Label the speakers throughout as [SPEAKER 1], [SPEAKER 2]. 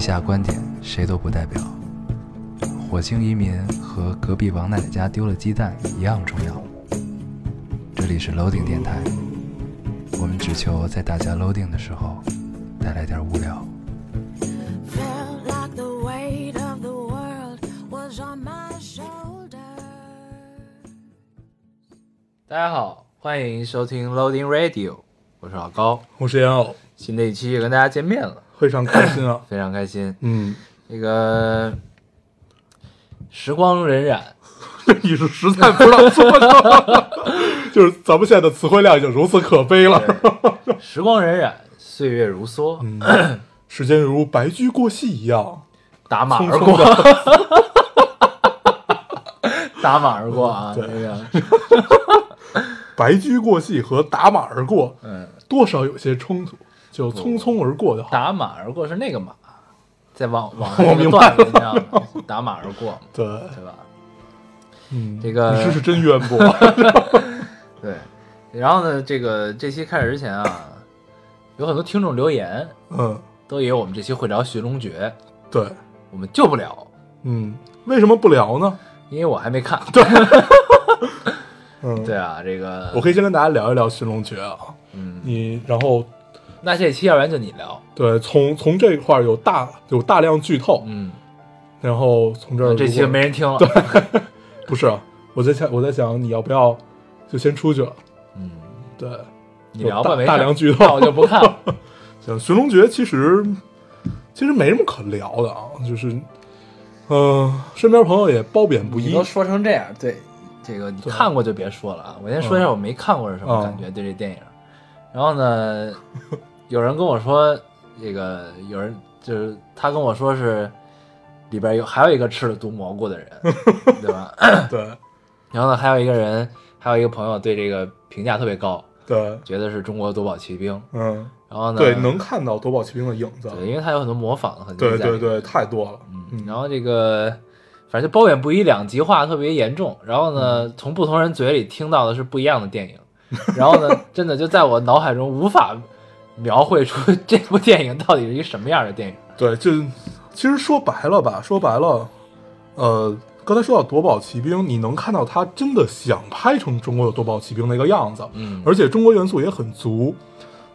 [SPEAKER 1] 下观点谁都不代表。火星移民和隔壁王奶奶家丢了鸡蛋一样重要。这里是 Loading 电台，我们只求在大家 Loading 的时候带来点无聊。
[SPEAKER 2] Felt like the weight of the world was on my shoulders.
[SPEAKER 3] 大家好，欢迎收听 Loading Radio，我是老高。
[SPEAKER 4] 我是烟偶，
[SPEAKER 3] 新的一期也跟大家见面了，。
[SPEAKER 4] 非常开心啊
[SPEAKER 3] 非常开心。
[SPEAKER 4] 嗯，
[SPEAKER 3] 这个时光荏苒，
[SPEAKER 4] 你是实在不知道说什么， 就是咱们现在的词汇量已经如此可悲了。
[SPEAKER 3] 时光荏苒，岁月如梭，
[SPEAKER 4] 时间如白驹过隙一样
[SPEAKER 3] 打马
[SPEAKER 4] 匆
[SPEAKER 3] 而
[SPEAKER 4] 匆
[SPEAKER 3] 过，
[SPEAKER 4] 的，
[SPEAKER 3] 打马而过啊！这
[SPEAKER 4] 对
[SPEAKER 3] 个，
[SPEAKER 4] 白驹过隙和打马而过
[SPEAKER 3] 嗯，
[SPEAKER 4] 多少有些冲突，就匆匆而过就好。
[SPEAKER 3] 打马而过是那个马，在网网
[SPEAKER 4] 我
[SPEAKER 3] 上那
[SPEAKER 4] 明
[SPEAKER 3] 个
[SPEAKER 4] 白
[SPEAKER 3] 段子，你知道吗？打马而过嘛，
[SPEAKER 4] 对，
[SPEAKER 3] 对吧？
[SPEAKER 4] 嗯，
[SPEAKER 3] 嗯这个
[SPEAKER 4] 你这是真渊博。
[SPEAKER 3] 对。然后呢，这个这期开始之前啊，有很多听众留言
[SPEAKER 4] 嗯，
[SPEAKER 3] 都以为我们这期会聊《寻龙诀》，
[SPEAKER 4] 对，
[SPEAKER 3] 我们就不聊，
[SPEAKER 4] 嗯，为什么不聊呢？
[SPEAKER 3] 因为我还没看。
[SPEAKER 4] 嗯，
[SPEAKER 3] 对，啊，这个
[SPEAKER 4] 我可以先跟大家聊一聊《寻龙诀》啊。
[SPEAKER 3] 嗯，
[SPEAKER 4] 你然后
[SPEAKER 3] 那这期要不然就你聊，
[SPEAKER 4] 对，从从这块儿有大有大量剧透，
[SPEAKER 3] 嗯，
[SPEAKER 4] 然后从这儿
[SPEAKER 3] 这期
[SPEAKER 4] 如
[SPEAKER 3] 就
[SPEAKER 4] 果
[SPEAKER 3] 没人听了，
[SPEAKER 4] 不是，啊我在想，我在想你要不要就先出去了？
[SPEAKER 3] 嗯，
[SPEAKER 4] 对，
[SPEAKER 3] 你聊吧，
[SPEAKER 4] 大
[SPEAKER 3] 没事
[SPEAKER 4] 大量剧
[SPEAKER 3] 那
[SPEAKER 4] 透
[SPEAKER 3] 我就不 看了，
[SPEAKER 4] 行，《寻龙诀》其实其实没什么可聊的啊，就是，嗯、身边朋友也褒贬不
[SPEAKER 3] 你
[SPEAKER 4] 一
[SPEAKER 3] 都。说成这样，对，这个你
[SPEAKER 4] 对
[SPEAKER 3] 看过就别说了啊，我先说一
[SPEAKER 4] 嗯
[SPEAKER 3] 下我没看过是什么感觉，对这电影，然后呢，有人跟我说，这个有人就是他跟我说是里边有还有一个吃了毒蘑菇 的人，对吧？
[SPEAKER 4] 对
[SPEAKER 3] 然后呢，还有一个人，还有一个朋友对这个评价特别高，
[SPEAKER 4] 对，
[SPEAKER 3] 觉得是中国夺宝奇兵，
[SPEAKER 4] 嗯，
[SPEAKER 3] 然后呢，
[SPEAKER 4] 对，能看到夺宝奇兵的影子。
[SPEAKER 3] 对，因为它有很多模仿的痕迹
[SPEAKER 4] 对
[SPEAKER 3] 在里
[SPEAKER 4] 对对，
[SPEAKER 3] 面
[SPEAKER 4] 太多了。
[SPEAKER 3] 嗯，
[SPEAKER 4] 嗯
[SPEAKER 3] 然后这个反正就褒贬不一，两极化特别严重。然后呢，
[SPEAKER 4] 嗯
[SPEAKER 3] 从不同人嘴里听到的是不一样的电影。 然后呢，真的就在我脑海中无法描绘出这部电影到底是一什么样的电影。
[SPEAKER 4] 对，就其实说白了吧，说白了，呃，刚才说到夺宝奇兵，你能看到他真的想拍成中国有夺宝奇兵那个样子，
[SPEAKER 3] 嗯
[SPEAKER 4] 而且中国元素也很足，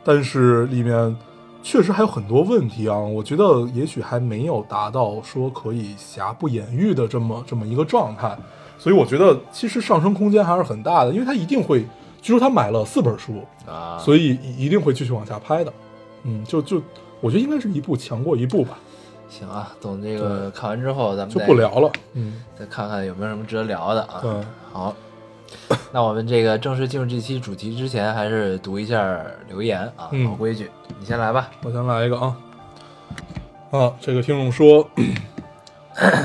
[SPEAKER 4] 但是里面确实还有很多问题啊，我觉得也许还没有达到说可以瑕不掩瑜的这么这么一个状态，所以我觉得其实上升空间还是很大的，因为他一定会，据说他买了四本书，
[SPEAKER 3] 啊，
[SPEAKER 4] 所以一定会继续往下拍的，嗯，就就我觉得应该是一部强过一部吧。
[SPEAKER 3] 行啊，等这个看完之后，咱们
[SPEAKER 4] 就
[SPEAKER 3] 再
[SPEAKER 4] 不聊嗯了。嗯，
[SPEAKER 3] 再看看有没有什么值得聊的啊。
[SPEAKER 4] 对，
[SPEAKER 3] 好，那我们这个正式进入这期主题之前，还是读一下留言啊，
[SPEAKER 4] 嗯
[SPEAKER 3] 老规矩，你先来吧。
[SPEAKER 4] 我先来一个啊啊！这个听众说，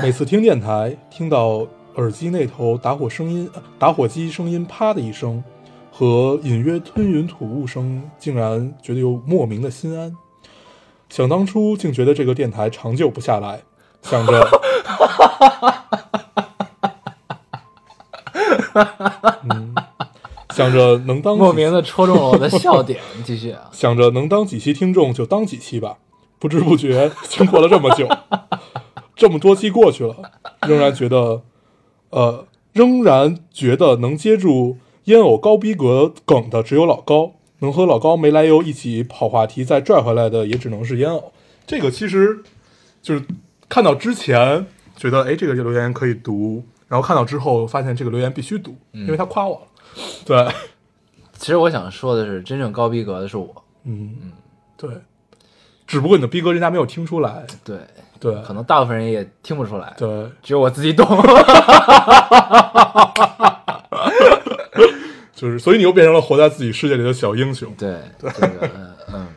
[SPEAKER 4] 每次听电台，听到耳机那头打火声音、打火机声音“啪”的一声，和隐约吞云吐雾声，竟然觉得有莫名的心安。想当初，竟觉得这个电台长久不下来，想 着，嗯，想着能当
[SPEAKER 3] 莫
[SPEAKER 4] 几
[SPEAKER 3] 名的戳中了我的笑点，你继续 啊。
[SPEAKER 4] 想着能当几期听众就当几期吧。 不知不觉，经过了这么久，这么多期过去了，仍然觉得，呃，仍然觉得能接住烟偶高逼格梗的只有老高，能和老高没来由一起跑话题再拽回来的也只能是烟偶。这个其实就是看到之前觉得，哎，这个留言可以读，然后看到之后发现这个留言必须读，因为他夸我了。对，
[SPEAKER 3] 其实我想说的是，真正高逼格的是我，
[SPEAKER 4] 嗯，对，只不过你的逼格人家没有听出来，
[SPEAKER 3] 对，
[SPEAKER 4] 对，
[SPEAKER 3] 可能大部分人也听不出来，
[SPEAKER 4] 对，
[SPEAKER 3] 只有我自己 懂。
[SPEAKER 4] 就是，所以你又变成了活在自己世界里的小英雄。
[SPEAKER 3] 对，这个嗯嗯，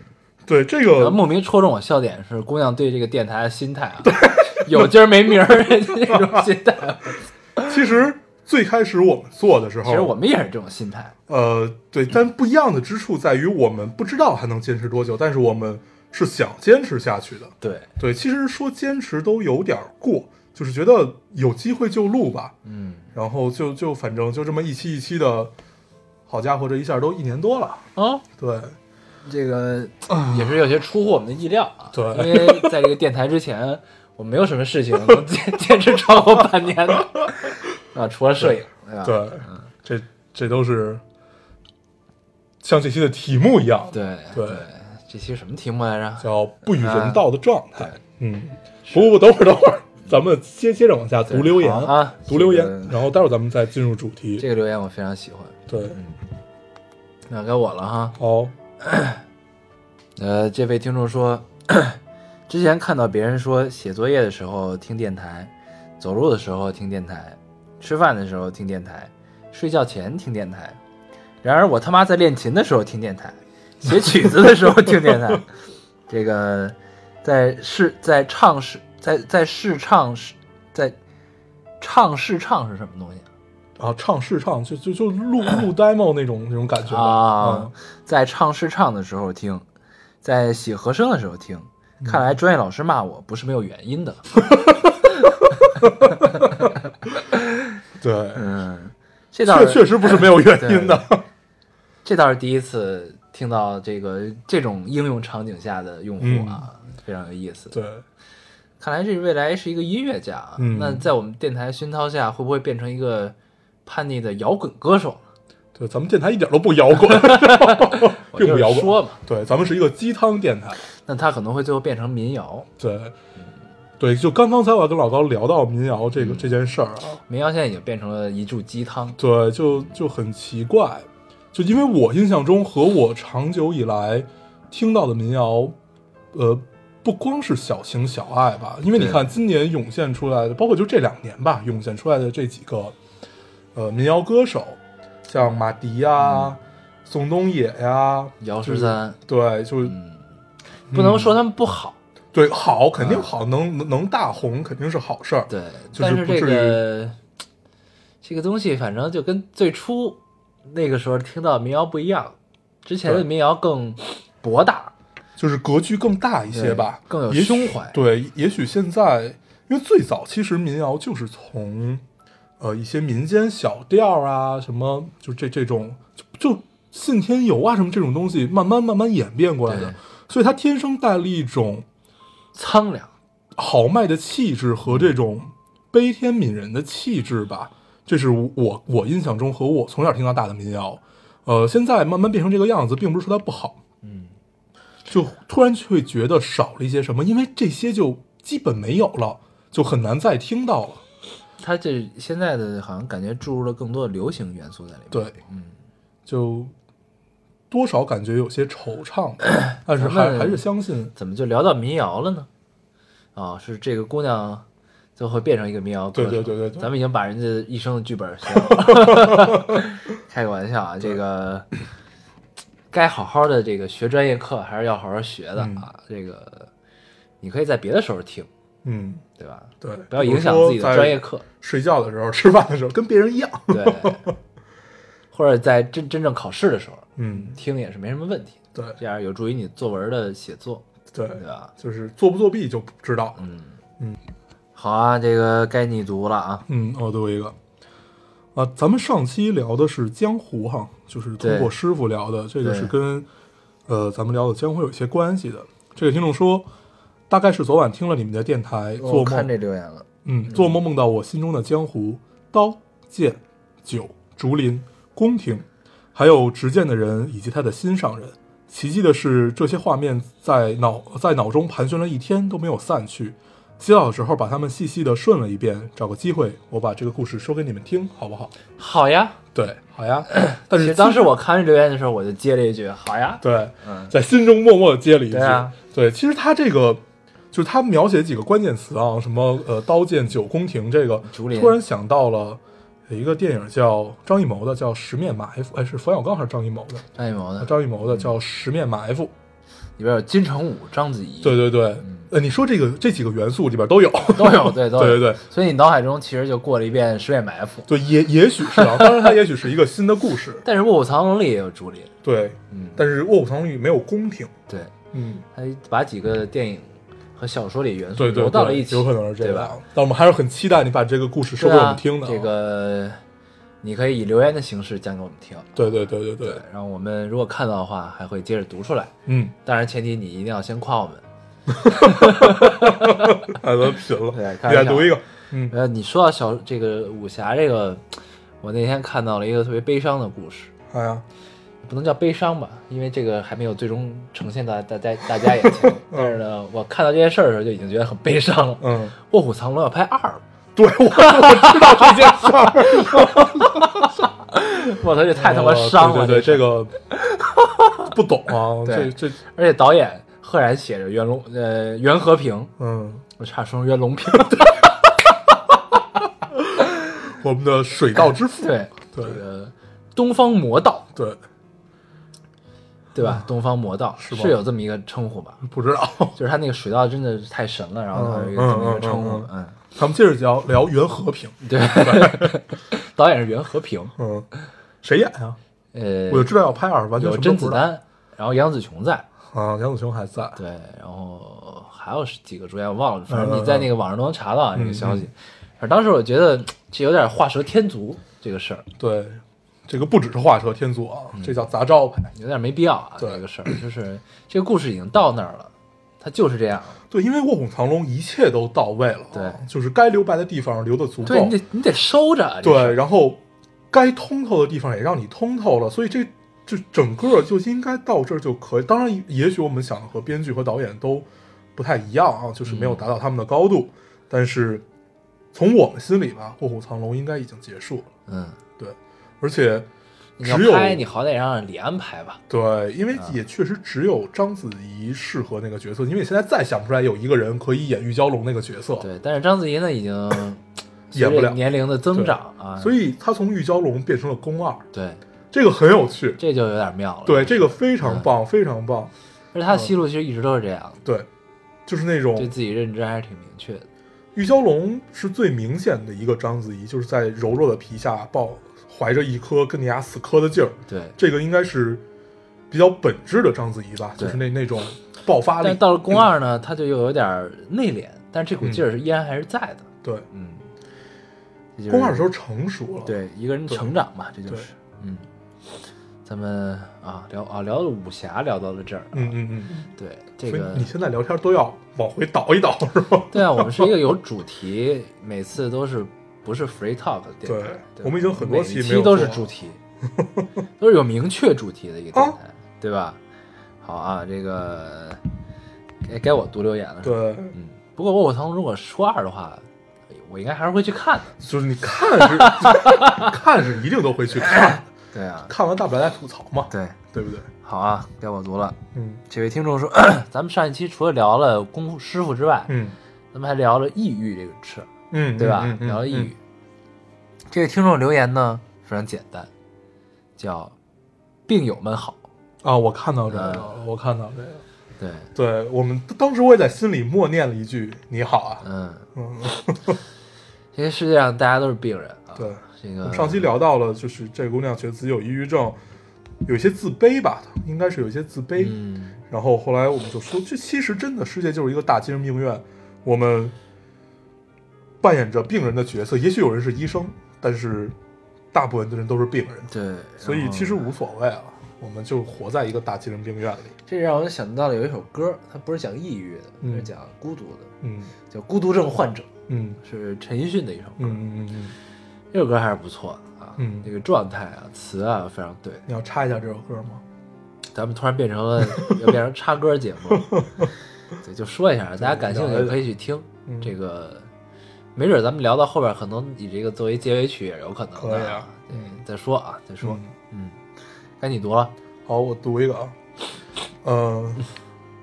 [SPEAKER 4] 对，这
[SPEAKER 3] 然后
[SPEAKER 4] 个
[SPEAKER 3] 莫名戳中我笑点是姑娘对这个电台的心态啊，有今儿没明儿这种心态。
[SPEAKER 4] 其实最开始我们做的时候，
[SPEAKER 3] 其实我们也是这种心态，
[SPEAKER 4] 呃，对，但不一样的之处在于，我们不知道还能坚持多久，但是我们是想坚持下去的。
[SPEAKER 3] 对，
[SPEAKER 4] 对，其实说坚持都有点儿过，就是觉得有机会就录吧，
[SPEAKER 3] 嗯，
[SPEAKER 4] 然后就就反正就这么一期一期的，好家伙，这一下都一年多了。
[SPEAKER 3] 哦，
[SPEAKER 4] 对，
[SPEAKER 3] 这个也是有些出乎我们的意料啊。
[SPEAKER 4] 对
[SPEAKER 3] 因为在这个电台之前，我没有什么事情能坚坚持超过半年的啊，嗯除了摄影，对吧？
[SPEAKER 4] 对，这这都是像这期的题目一样，
[SPEAKER 3] 对
[SPEAKER 4] 对
[SPEAKER 3] 这期什么题目来着？
[SPEAKER 4] 叫不与人道的状态。嗯，不不不，等会儿等会儿，咱们接接着往下读留言
[SPEAKER 3] 好啊
[SPEAKER 4] 读留言
[SPEAKER 3] 这个，
[SPEAKER 4] 然后待会儿咱们再进入主题。
[SPEAKER 3] 这个留言我非常喜欢。
[SPEAKER 4] 对，
[SPEAKER 3] 那该我了哈。
[SPEAKER 4] 好，
[SPEAKER 3] 呃，这位听众说， 之前看到别人说写作业的时候听电台，走路的时候听电台，吃饭的时候听电台，睡觉前听电台。然而我他妈在练琴的时候听电台，写曲子的时候听电台， 这个在试在唱试在在试唱试在唱试唱是什么东西
[SPEAKER 4] 啊，唱试唱就就就录 录 demo 那种那种感觉吧
[SPEAKER 3] 啊
[SPEAKER 4] 啊，？
[SPEAKER 3] 在唱试唱的时候听，在写和声的时候听。
[SPEAKER 4] 嗯
[SPEAKER 3] 看来专业老师骂我不是没有原因的。
[SPEAKER 4] 对，
[SPEAKER 3] 嗯，这倒
[SPEAKER 4] 确
[SPEAKER 3] 是
[SPEAKER 4] 确实不是没有原因的。
[SPEAKER 3] 这倒是第一次听到这个这种应用场景下的用户啊，
[SPEAKER 4] 嗯
[SPEAKER 3] 非常有意 思。
[SPEAKER 4] 对，
[SPEAKER 3] 看来这未来是一个音乐家啊。
[SPEAKER 4] 嗯
[SPEAKER 3] 那在我们电台熏陶下，会不会变成一个叛逆的摇滚歌手？
[SPEAKER 4] 对，咱们电台一点都不摇滚，
[SPEAKER 3] 我
[SPEAKER 4] 并不
[SPEAKER 3] 就是
[SPEAKER 4] 摇滚。
[SPEAKER 3] 说嘛，
[SPEAKER 4] 对，咱们是一个鸡汤电台。
[SPEAKER 3] 那他可能会最后变成民谣。
[SPEAKER 4] 对，对，就刚刚才我还跟老高聊到民谣这个这件事儿啊，
[SPEAKER 3] 民谣现在已经变成了一柱鸡汤。
[SPEAKER 4] 对，就就很奇怪，就因为我印象中和我长久以来听到的民谣，呃。不光是小情小爱吧，因为你
[SPEAKER 3] 对
[SPEAKER 4] 看今年涌现出来的，包括就这两年吧，涌现出来的这几个，呃，民谣歌手，像马迪呀、宋冬野呀、
[SPEAKER 3] 姚
[SPEAKER 4] 就
[SPEAKER 3] 十
[SPEAKER 4] 是
[SPEAKER 3] 三，
[SPEAKER 4] 对，就是
[SPEAKER 3] 不能说他们不好，
[SPEAKER 4] 对好，肯定好，能能能大红肯定是好事儿。
[SPEAKER 3] 对，
[SPEAKER 4] 就是
[SPEAKER 3] 但是
[SPEAKER 4] 不
[SPEAKER 3] 这
[SPEAKER 4] 至
[SPEAKER 3] 个这个东西，反正就跟最初那个时候听到民谣不一样，之前的
[SPEAKER 4] 对
[SPEAKER 3] 民谣更博大，
[SPEAKER 4] 就是格局更大一些吧，
[SPEAKER 3] 对更有
[SPEAKER 4] 也许
[SPEAKER 3] 胸怀
[SPEAKER 4] 对，也许现在，因为最早其实民谣就是从，呃，一些民间小调啊，什么就这这种就就信天游啊，什么这种东西，慢慢慢慢演变过来
[SPEAKER 3] 对
[SPEAKER 4] 的，所以它天生带了一种
[SPEAKER 3] 苍凉。
[SPEAKER 4] 豪迈的气质和这种悲天悯人的气质吧，这是我我印象中和我从小听到大的民谣。呃，现在慢慢变成这个样子，并不是说它不好，
[SPEAKER 3] 嗯，
[SPEAKER 4] 就突然会觉得少了一些什么，因为这些就基本没有了，就很难再听到了。
[SPEAKER 3] 它这现在的好像感觉注入了更多的流行元素在里面。
[SPEAKER 4] 对，
[SPEAKER 3] 嗯，
[SPEAKER 4] 就多少感觉有些惆怅 吧，但是
[SPEAKER 3] 咱
[SPEAKER 4] 还
[SPEAKER 3] 们
[SPEAKER 4] 还是相信，
[SPEAKER 3] 怎么就聊到民谣了呢？啊、是这个姑娘最后变成一个民谣歌手。
[SPEAKER 4] 对对对对对
[SPEAKER 3] 咱们已经把人家一生的剧本写了。 开个玩笑啊，这个该好好的这个学专业课还是要好好学的啊。这个你可以在别的时候听，
[SPEAKER 4] 嗯，
[SPEAKER 3] 对吧？
[SPEAKER 4] 对，
[SPEAKER 3] 不要影响
[SPEAKER 4] 比如说
[SPEAKER 3] 自己的专业 课
[SPEAKER 4] 在，睡觉的时候、吃饭的时候跟别人一样，
[SPEAKER 3] 对，或者在真真正考试的时候
[SPEAKER 4] 嗯，
[SPEAKER 3] 听也是没什么问题的。
[SPEAKER 4] 对
[SPEAKER 3] 这样有助于你作文的写作，
[SPEAKER 4] 对
[SPEAKER 3] 对吧？嗯
[SPEAKER 4] 就是作不作弊就不知道。了。
[SPEAKER 3] 好啊，这个该你读了啊。
[SPEAKER 4] 嗯，我读一个。啊，咱们上期聊的是江湖哈，就是通
[SPEAKER 3] 对
[SPEAKER 4] 过师傅聊的，这个
[SPEAKER 3] 对
[SPEAKER 4] 是跟呃咱们聊的江湖有一些关系的。这个听众说，大概是昨晚听了你们的电台，
[SPEAKER 3] 我
[SPEAKER 4] 做
[SPEAKER 3] 哦看
[SPEAKER 4] 梦，
[SPEAKER 3] 这留言了，
[SPEAKER 4] 嗯，做梦梦到我心中的江湖，刀剑酒竹林宫廷，还有执剑的人以及他的心上人。奇迹的是，这些画面在脑在脑中盘旋了一天都没有散去。洗澡的时候把它们细细的顺了一遍，找个机会我把这个故事说给你们听，好不好？
[SPEAKER 3] 好呀。
[SPEAKER 4] 对，好 呀。但
[SPEAKER 3] 其
[SPEAKER 4] 是
[SPEAKER 3] 实当时我看这留言的时候，我就接了一句：“好呀，
[SPEAKER 4] 对
[SPEAKER 3] 嗯，
[SPEAKER 4] 在心中默默地接了一句，
[SPEAKER 3] 对啊
[SPEAKER 4] 对其实他这个就是他描写几个关键词啊，什么呃刀剑九宫廷这个，
[SPEAKER 3] 竹林
[SPEAKER 4] 突然想到了有一个电影叫张艺谋的叫《十面埋伏》，哎，是冯小刚还是张艺谋的？
[SPEAKER 3] 张艺谋的
[SPEAKER 4] 张艺谋的叫《十面埋伏》。
[SPEAKER 3] 里边有金城武、章子怡，
[SPEAKER 4] 对对对，呃，你说这个这几个元素里边都有，
[SPEAKER 3] 嗯都 有，对都有，
[SPEAKER 4] 对对对
[SPEAKER 3] 所以你脑海中其实就过了一遍《十面埋伏》，
[SPEAKER 4] 对，也也许是啊，当然它也许是一个新的故事，
[SPEAKER 3] 但是《卧虎藏龙》里也有竹林，
[SPEAKER 4] 对，
[SPEAKER 3] 嗯，
[SPEAKER 4] 但是《卧虎藏龙》里没有宫廷，
[SPEAKER 3] 对，
[SPEAKER 4] 嗯，
[SPEAKER 3] 他把几个电影和小说里元素
[SPEAKER 4] 对对
[SPEAKER 3] 揉到了一
[SPEAKER 4] 对，
[SPEAKER 3] 起，
[SPEAKER 4] 有可能是这
[SPEAKER 3] 对
[SPEAKER 4] 样
[SPEAKER 3] 吧？。
[SPEAKER 4] 但我们还是很期待你把这个故事说
[SPEAKER 3] 对
[SPEAKER 4] 给我
[SPEAKER 3] 啊
[SPEAKER 4] 们听的啊，
[SPEAKER 3] 这个你可以以留言的形式讲给我们听。
[SPEAKER 4] 对对对对对，
[SPEAKER 3] 然后我们如果看到的话，还会接着读出来。
[SPEAKER 4] 嗯，
[SPEAKER 3] 当然，前提你一定要先夸我们。
[SPEAKER 4] 哎，咱贫了，
[SPEAKER 3] 对
[SPEAKER 4] 你
[SPEAKER 3] 开玩笑
[SPEAKER 4] 再
[SPEAKER 3] 啊
[SPEAKER 4] 读一个，嗯
[SPEAKER 3] 呃，你说到小这个武侠这个，我那天看到了一个特别悲伤的故事，
[SPEAKER 4] 哎呀，
[SPEAKER 3] 不能叫悲伤吧，因为这个还没有最终呈现到大家大家眼 前。但是呢，我看到这件事儿的时候就已经觉得很悲伤了。《
[SPEAKER 4] 嗯，
[SPEAKER 3] 卧虎藏龙》要拍二了，
[SPEAKER 4] 对我我知道这件事儿，
[SPEAKER 3] 我操，这太他妈
[SPEAKER 4] 哦
[SPEAKER 3] 伤了！
[SPEAKER 4] 对对对，
[SPEAKER 3] 这
[SPEAKER 4] 这
[SPEAKER 3] 个，
[SPEAKER 4] 个不懂 啊，这
[SPEAKER 3] 对
[SPEAKER 4] 这，
[SPEAKER 3] 而且导演赫然写着袁隆，呃，袁和平，
[SPEAKER 4] 嗯，
[SPEAKER 3] 我差说成袁 隆平。
[SPEAKER 4] 我们的水稻之父，
[SPEAKER 3] 对，
[SPEAKER 4] 对
[SPEAKER 3] 这个东方魔道，
[SPEAKER 4] 对，
[SPEAKER 3] 对
[SPEAKER 4] 嗯
[SPEAKER 3] 吧？东方魔道是
[SPEAKER 4] 吗
[SPEAKER 3] 有这么一个称呼吧？
[SPEAKER 4] 不知道，
[SPEAKER 3] 就是他那个水道真的是太神了，然后他有一个
[SPEAKER 4] 嗯
[SPEAKER 3] 这么一个
[SPEAKER 4] 嗯
[SPEAKER 3] 称呼
[SPEAKER 4] 嗯，
[SPEAKER 3] 嗯，
[SPEAKER 4] 咱们接着聊聊袁和平，
[SPEAKER 3] 对， 导演是袁和平，
[SPEAKER 4] 嗯，谁演啊？
[SPEAKER 3] 呃，
[SPEAKER 4] 我就知道要拍二，完全什么
[SPEAKER 3] 有
[SPEAKER 4] 都
[SPEAKER 3] 甄
[SPEAKER 4] 不
[SPEAKER 3] 子
[SPEAKER 4] 知道
[SPEAKER 3] 丹，然后杨紫琼在，
[SPEAKER 4] 啊，杨紫琼还在，
[SPEAKER 3] 对，然后还有几个主演我忘了，反
[SPEAKER 4] 嗯嗯
[SPEAKER 3] 正你在那个网上都能查到啊这个消息。反正当时我觉得这有点画蛇添足，这个事儿
[SPEAKER 4] 对，这个不只是画蛇添足
[SPEAKER 3] 嗯
[SPEAKER 4] 啊，这叫砸招牌。
[SPEAKER 3] 有点没必要啊，
[SPEAKER 4] 对
[SPEAKER 3] 这个事儿就是这个故事已经到那儿了，它就是这样了，
[SPEAKER 4] 对，因为卧虎藏龙一切都到位了啊，
[SPEAKER 3] 对
[SPEAKER 4] 就是该留白的地方留的足够，
[SPEAKER 3] 对你得你得收着啊，这事儿
[SPEAKER 4] 对，然后该通透的地方也让你通透了，所以这这整个就应该到这儿就可以。当然，也许我们想的和编剧和导演都不太一样啊，就是
[SPEAKER 3] 嗯
[SPEAKER 4] 没有达到他们的高度，但是从我们心里吧，《卧虎藏龙》应该已经结束了。
[SPEAKER 3] 嗯，
[SPEAKER 4] 对，而且
[SPEAKER 3] 你要
[SPEAKER 4] 只有
[SPEAKER 3] 拍你嗯好歹让李安拍吧，
[SPEAKER 4] 对，因为也确实只有章子怡适合那个角色，因为你现在再想不出来有一个人可以演玉娇龙那个角色，
[SPEAKER 3] 对，但是章子怡呢已 经
[SPEAKER 4] 演
[SPEAKER 3] 随
[SPEAKER 4] 不
[SPEAKER 3] 着
[SPEAKER 4] 了
[SPEAKER 3] 年龄的增长啊，
[SPEAKER 4] 所
[SPEAKER 3] 以
[SPEAKER 4] 以她从玉娇龙变成了宫二，
[SPEAKER 3] 对
[SPEAKER 4] 这个很有趣。
[SPEAKER 3] 这就有点妙了。
[SPEAKER 4] 对，嗯这个非常
[SPEAKER 3] 哎
[SPEAKER 4] 棒，非常棒。
[SPEAKER 3] 而且他的戏路其实一直都是这样，
[SPEAKER 4] 对，就是那
[SPEAKER 3] 对
[SPEAKER 4] 种
[SPEAKER 3] 自己认知还是挺明确的。
[SPEAKER 4] 玉娇龙是最明显的一个章子怡，就是在柔弱的皮下抱怀着一颗跟你俩死磕的劲儿，
[SPEAKER 3] 对，
[SPEAKER 4] 这个应该是比较本质的章子怡吧，
[SPEAKER 3] 对
[SPEAKER 4] 就是那那种爆发力
[SPEAKER 3] 但。到了宫二
[SPEAKER 4] 嗯
[SPEAKER 3] 呢，他就又有点内敛，但这股劲儿是依然还是在的。
[SPEAKER 4] 对，
[SPEAKER 3] 嗯，这就是
[SPEAKER 4] 宫二的时候成熟了，，
[SPEAKER 3] 对一个人成长嘛，这就
[SPEAKER 4] 对
[SPEAKER 3] 是嗯。咱们啊聊啊聊了武侠聊到了这儿，
[SPEAKER 4] 嗯嗯嗯，
[SPEAKER 3] 对这
[SPEAKER 4] 所
[SPEAKER 3] 个
[SPEAKER 4] 以你现在聊天都要往回倒一倒，是吧？
[SPEAKER 3] 对啊，我们是一个有主题，每次都是不是 free talk 的电台。
[SPEAKER 4] 对
[SPEAKER 3] 吧
[SPEAKER 4] 我们已经很多
[SPEAKER 3] 每
[SPEAKER 4] 期
[SPEAKER 3] 期
[SPEAKER 4] 没有
[SPEAKER 3] 都是
[SPEAKER 4] 做
[SPEAKER 3] 主题，都是有明确主题的一个电
[SPEAKER 4] 啊
[SPEAKER 3] 台，对吧？好啊，这个该该我读留言了。，
[SPEAKER 4] 对，
[SPEAKER 3] 嗯，不过《卧虎藏龙》如果初二的话，我应该还是会去看的。
[SPEAKER 4] 就是你看是 看是一定都会去看，
[SPEAKER 3] 对啊，
[SPEAKER 4] 看完大不了再吐槽嘛，
[SPEAKER 3] 对，
[SPEAKER 4] 对不对？
[SPEAKER 3] 好啊，该我读了。
[SPEAKER 4] 嗯
[SPEAKER 3] 这位听众说， 咱们上一期除了聊了功夫师傅之外，
[SPEAKER 4] 嗯
[SPEAKER 3] 咱们还聊了抑郁这个事儿。
[SPEAKER 4] 嗯，
[SPEAKER 3] 对吧
[SPEAKER 4] 嗯？嗯
[SPEAKER 3] 聊抑
[SPEAKER 4] 嗯
[SPEAKER 3] 郁。这位听众留言呢非常简单，叫“病友们好
[SPEAKER 4] 啊，我看到这个
[SPEAKER 3] 嗯
[SPEAKER 4] 了，我看到这个了。”。
[SPEAKER 3] 对，
[SPEAKER 4] 对我们当时我也在心里默念了一句“你好啊
[SPEAKER 3] 嗯，”，
[SPEAKER 4] 嗯，
[SPEAKER 3] 这个世界上大家都是病人啊。
[SPEAKER 4] 对，
[SPEAKER 3] 这
[SPEAKER 4] 我
[SPEAKER 3] 个
[SPEAKER 4] 们上期聊到了，就是这个姑娘觉得自己有抑郁症，有一些自卑吧，应该是有一些自卑。
[SPEAKER 3] 嗯，
[SPEAKER 4] 然后后来我们就说，这其实真的世界就是一个大精神病院，我们扮演着病人的角色，也许有人是医生，但是大部分的人都是病人，
[SPEAKER 3] 对，
[SPEAKER 4] 所以
[SPEAKER 3] 然后
[SPEAKER 4] 其实无所谓了，我们就活在一个大精神病院里。
[SPEAKER 3] 这让我想到了有一首歌，它不是讲抑郁的，它
[SPEAKER 4] 嗯
[SPEAKER 3] 是讲孤独的，
[SPEAKER 4] 嗯
[SPEAKER 3] 叫《孤独症患者
[SPEAKER 4] 嗯》，
[SPEAKER 3] 是陈奕迅的一首
[SPEAKER 4] 嗯
[SPEAKER 3] 歌。
[SPEAKER 4] 嗯嗯嗯，
[SPEAKER 3] 这首歌还是不错的啊，
[SPEAKER 4] 嗯
[SPEAKER 3] 这个状态啊、词啊非常对。
[SPEAKER 4] 你要插一下这首歌吗？
[SPEAKER 3] 咱们突然变成了要变成插歌节 目，对，就说一下，大家感兴趣可以去听
[SPEAKER 4] 嗯
[SPEAKER 3] 这个，没准咱们聊到后边可能以这个作为结尾曲也有可能
[SPEAKER 4] 可以
[SPEAKER 3] 的
[SPEAKER 4] 啊，
[SPEAKER 3] 对
[SPEAKER 4] 嗯，
[SPEAKER 3] 再说啊，再说
[SPEAKER 4] 嗯，
[SPEAKER 3] 嗯，该你读了，
[SPEAKER 4] 好，我读一个啊，呃，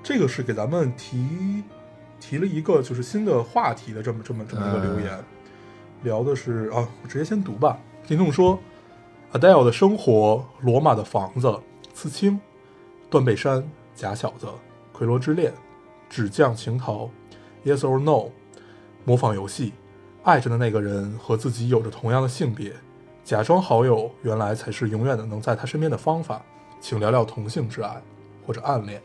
[SPEAKER 4] 这个是给咱们提提了一个就是新的话题的这么这么这么一个留言，聊的是啊，我直接先读吧。听众说，Adele 的生活，罗马的房子，刺青，断背山，假小子，奎罗之恋，纸匠情逃，Yes or No，模仿游戏，爱着的那个人和自己有着同样的性别，假装好友，原来才是永远的能在他身边的方法。请聊聊同性之爱或者暗恋。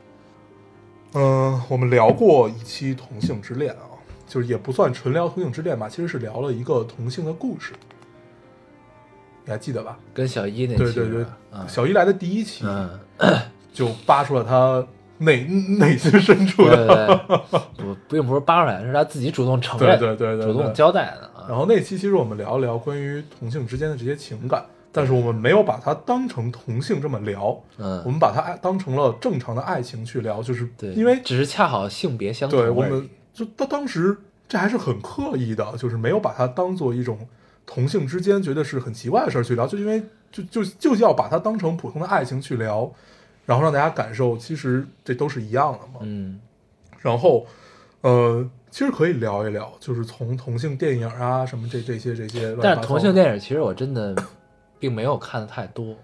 [SPEAKER 4] 嗯、我们聊过一期同性之恋啊，就是也不算纯聊同性之恋吧，其实是聊了一个同性的故事。你还记得吧？
[SPEAKER 3] 跟小一那期
[SPEAKER 4] 对对
[SPEAKER 3] 是
[SPEAKER 4] 对
[SPEAKER 3] 吧，嗯
[SPEAKER 4] 小一来的第一期
[SPEAKER 3] 嗯，
[SPEAKER 4] 就扒出了他内 内心深处
[SPEAKER 3] 对
[SPEAKER 4] 的
[SPEAKER 3] 对对，不并不是扒出来，是他自己主动承认，
[SPEAKER 4] 对对对对对嗯
[SPEAKER 3] 主动交代的啊。
[SPEAKER 4] 然后那期其实我们聊一聊关于同性之间的这些情感，但是我们没有把它当成同性这么聊，我
[SPEAKER 3] 嗯，
[SPEAKER 4] 们把它爱当成了正常的爱情去聊，就是
[SPEAKER 3] 对，
[SPEAKER 4] 因为
[SPEAKER 3] 只是恰好性别相同而已，
[SPEAKER 4] 对我们就当当时这还是很刻意的，就是没有把它当做一种同性之间觉得是很奇怪的事儿去聊，就因为就就就要把它当成普通的爱情去聊，然后让大家感受其实这都是一样的嘛，
[SPEAKER 3] 嗯
[SPEAKER 4] 然后，呃，其实可以聊一聊，就是从同性电影啊什么这这些这些乱七八糟的，
[SPEAKER 3] 但是同性电影其实我真的并没有看的太多，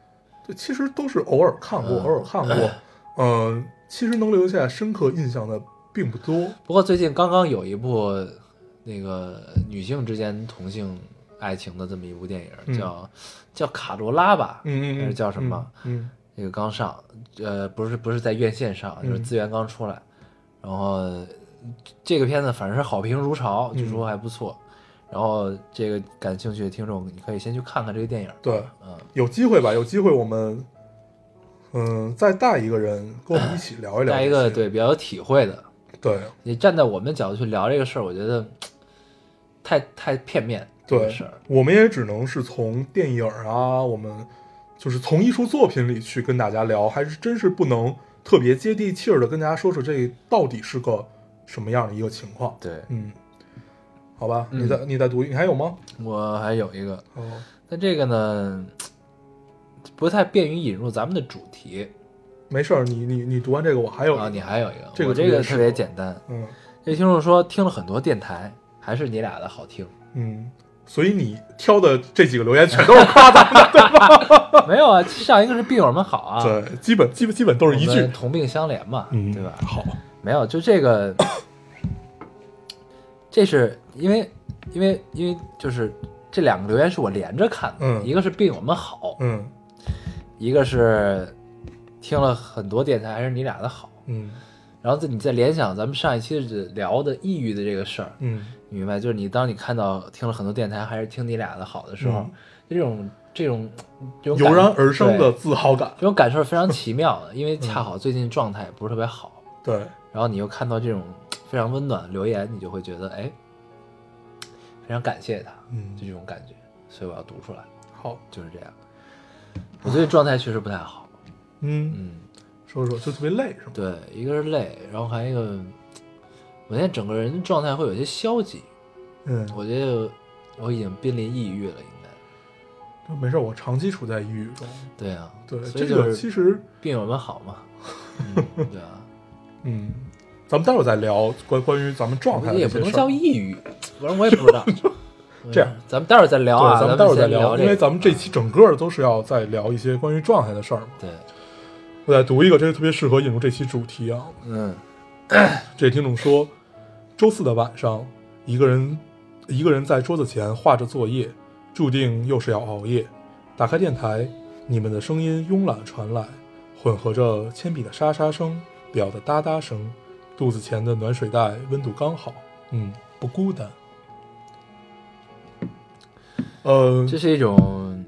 [SPEAKER 4] 对其实都是偶尔看过，
[SPEAKER 3] 嗯
[SPEAKER 4] 偶尔看过，呃，其实能留下深刻印象的并不多。
[SPEAKER 3] 不过最近刚刚有一部那个女性之间同性爱情的这么一部电
[SPEAKER 4] 嗯
[SPEAKER 3] 影，叫叫卡罗拉吧，
[SPEAKER 4] 嗯嗯，
[SPEAKER 3] 还是
[SPEAKER 4] 嗯
[SPEAKER 3] 叫什么？？
[SPEAKER 4] 嗯，
[SPEAKER 3] 那个刚上，呃，不是不是在院线上，就是
[SPEAKER 4] 嗯
[SPEAKER 3] 资源刚出来，然后呃这个片子反正是好评如潮，据说还不错。然后这个感兴趣的听众，你可以先去看看这个电影。
[SPEAKER 4] 对，
[SPEAKER 3] 嗯，
[SPEAKER 4] 有机会吧，有机会我们，嗯、再带一个人跟我们一起聊一聊这
[SPEAKER 3] 带
[SPEAKER 4] 些，
[SPEAKER 3] 一个对比较有体会的，
[SPEAKER 4] 对
[SPEAKER 3] 你站在我们角度去聊这个事儿，我觉得太太片面这个
[SPEAKER 4] 对
[SPEAKER 3] 事儿。，
[SPEAKER 4] 我们也只能是从电影啊，我们就是从艺术作品里去跟大家聊，还是真是不能特别接地气儿的跟大家说说这到底是个什么样的一个情况。
[SPEAKER 3] 对，
[SPEAKER 4] 嗯，好吧，
[SPEAKER 3] 嗯
[SPEAKER 4] 你再你再读一，你还有吗？
[SPEAKER 3] 我还有一个，
[SPEAKER 4] 哦，
[SPEAKER 3] 那这个呢，不太便于引入咱们的主题
[SPEAKER 4] 没事儿，你你你读完这个，我还有
[SPEAKER 3] 啊。你还有一个，
[SPEAKER 4] 这个
[SPEAKER 3] 我这
[SPEAKER 4] 特别
[SPEAKER 3] 个
[SPEAKER 4] 适
[SPEAKER 3] 特别
[SPEAKER 4] 合
[SPEAKER 3] 简单。
[SPEAKER 4] 嗯
[SPEAKER 3] 这听众说听了很多电台，还是你俩的好听。
[SPEAKER 4] 嗯，所以你挑的这几个留言全都是夸赞的，
[SPEAKER 3] 没有啊，上一个是病友们好啊，
[SPEAKER 4] 对，基本基本基本都是一
[SPEAKER 3] 我
[SPEAKER 4] 句
[SPEAKER 3] 们，同病相怜嘛，
[SPEAKER 4] 嗯，
[SPEAKER 3] 对吧？
[SPEAKER 4] 好，
[SPEAKER 3] 没有，就这个，这是因为因为因为就是这两个留言是我连着看的，
[SPEAKER 4] 嗯
[SPEAKER 3] 一个是病友们好，
[SPEAKER 4] 嗯
[SPEAKER 3] 一个是听了很多电台，还是你俩的好。
[SPEAKER 4] 嗯
[SPEAKER 3] 然后再你再联想咱们上一期聊的抑郁的这个事儿，
[SPEAKER 4] 嗯，
[SPEAKER 3] 你明白？就是你当你看到听了很多电台，还是听你俩的好的时候，
[SPEAKER 4] 嗯
[SPEAKER 3] 这种这种这种
[SPEAKER 4] 油
[SPEAKER 3] 感
[SPEAKER 4] 然而生的
[SPEAKER 3] 对
[SPEAKER 4] 自豪感，
[SPEAKER 3] 这种感受是非常奇妙的，因为恰好最近状态也不是特别好，
[SPEAKER 4] 对，
[SPEAKER 3] 然后你又看到这种非常温暖的留言，你就会觉得哎，非常感谢他，
[SPEAKER 4] 嗯
[SPEAKER 3] 就这种感觉，所以我要读出来，
[SPEAKER 4] 好，
[SPEAKER 3] 就是这样。我最近状态确实不太好，
[SPEAKER 4] 嗯。
[SPEAKER 3] 嗯，
[SPEAKER 4] 说说就特别累是吗？
[SPEAKER 3] 对，一个是累，然后还有一个，我现在整个人状态会有些消极，
[SPEAKER 4] 嗯，
[SPEAKER 3] 我觉得我已经濒临抑郁了，应该。
[SPEAKER 4] 没事，我长期处在抑郁中。
[SPEAKER 3] 对啊，
[SPEAKER 4] 对，
[SPEAKER 3] 所
[SPEAKER 4] 这
[SPEAKER 3] 以就
[SPEAKER 4] 个其
[SPEAKER 3] 是
[SPEAKER 4] 实，
[SPEAKER 3] 病友们好 嘛，嗯、对啊，
[SPEAKER 4] 嗯，咱们待会儿再聊关关于咱们状态的
[SPEAKER 3] 也
[SPEAKER 4] 这
[SPEAKER 3] 不
[SPEAKER 4] 些
[SPEAKER 3] 能
[SPEAKER 4] 事儿
[SPEAKER 3] 叫。抑郁，反正我 也不知道。
[SPEAKER 4] 这样
[SPEAKER 3] 嗯，咱们待会儿再聊啊，
[SPEAKER 4] 对，咱们
[SPEAKER 3] 们
[SPEAKER 4] 待会儿再
[SPEAKER 3] 先聊这
[SPEAKER 4] 因
[SPEAKER 3] 个，啊
[SPEAKER 4] 为咱们这期整个都是要再聊一些关于状态的事儿嘛。
[SPEAKER 3] 对，
[SPEAKER 4] 我再读一个，这个特别适合引入这期主题啊。
[SPEAKER 3] 嗯
[SPEAKER 4] 这听众说，周四的晚上，一个人一个人在桌子前画着作业，注定又是要熬夜。打开电台，你们的声音慵懒传来，混合着铅笔的沙沙声、表的哒哒声，肚子前的暖水袋温度刚好，嗯，不孤单。呃，
[SPEAKER 3] 这是一种，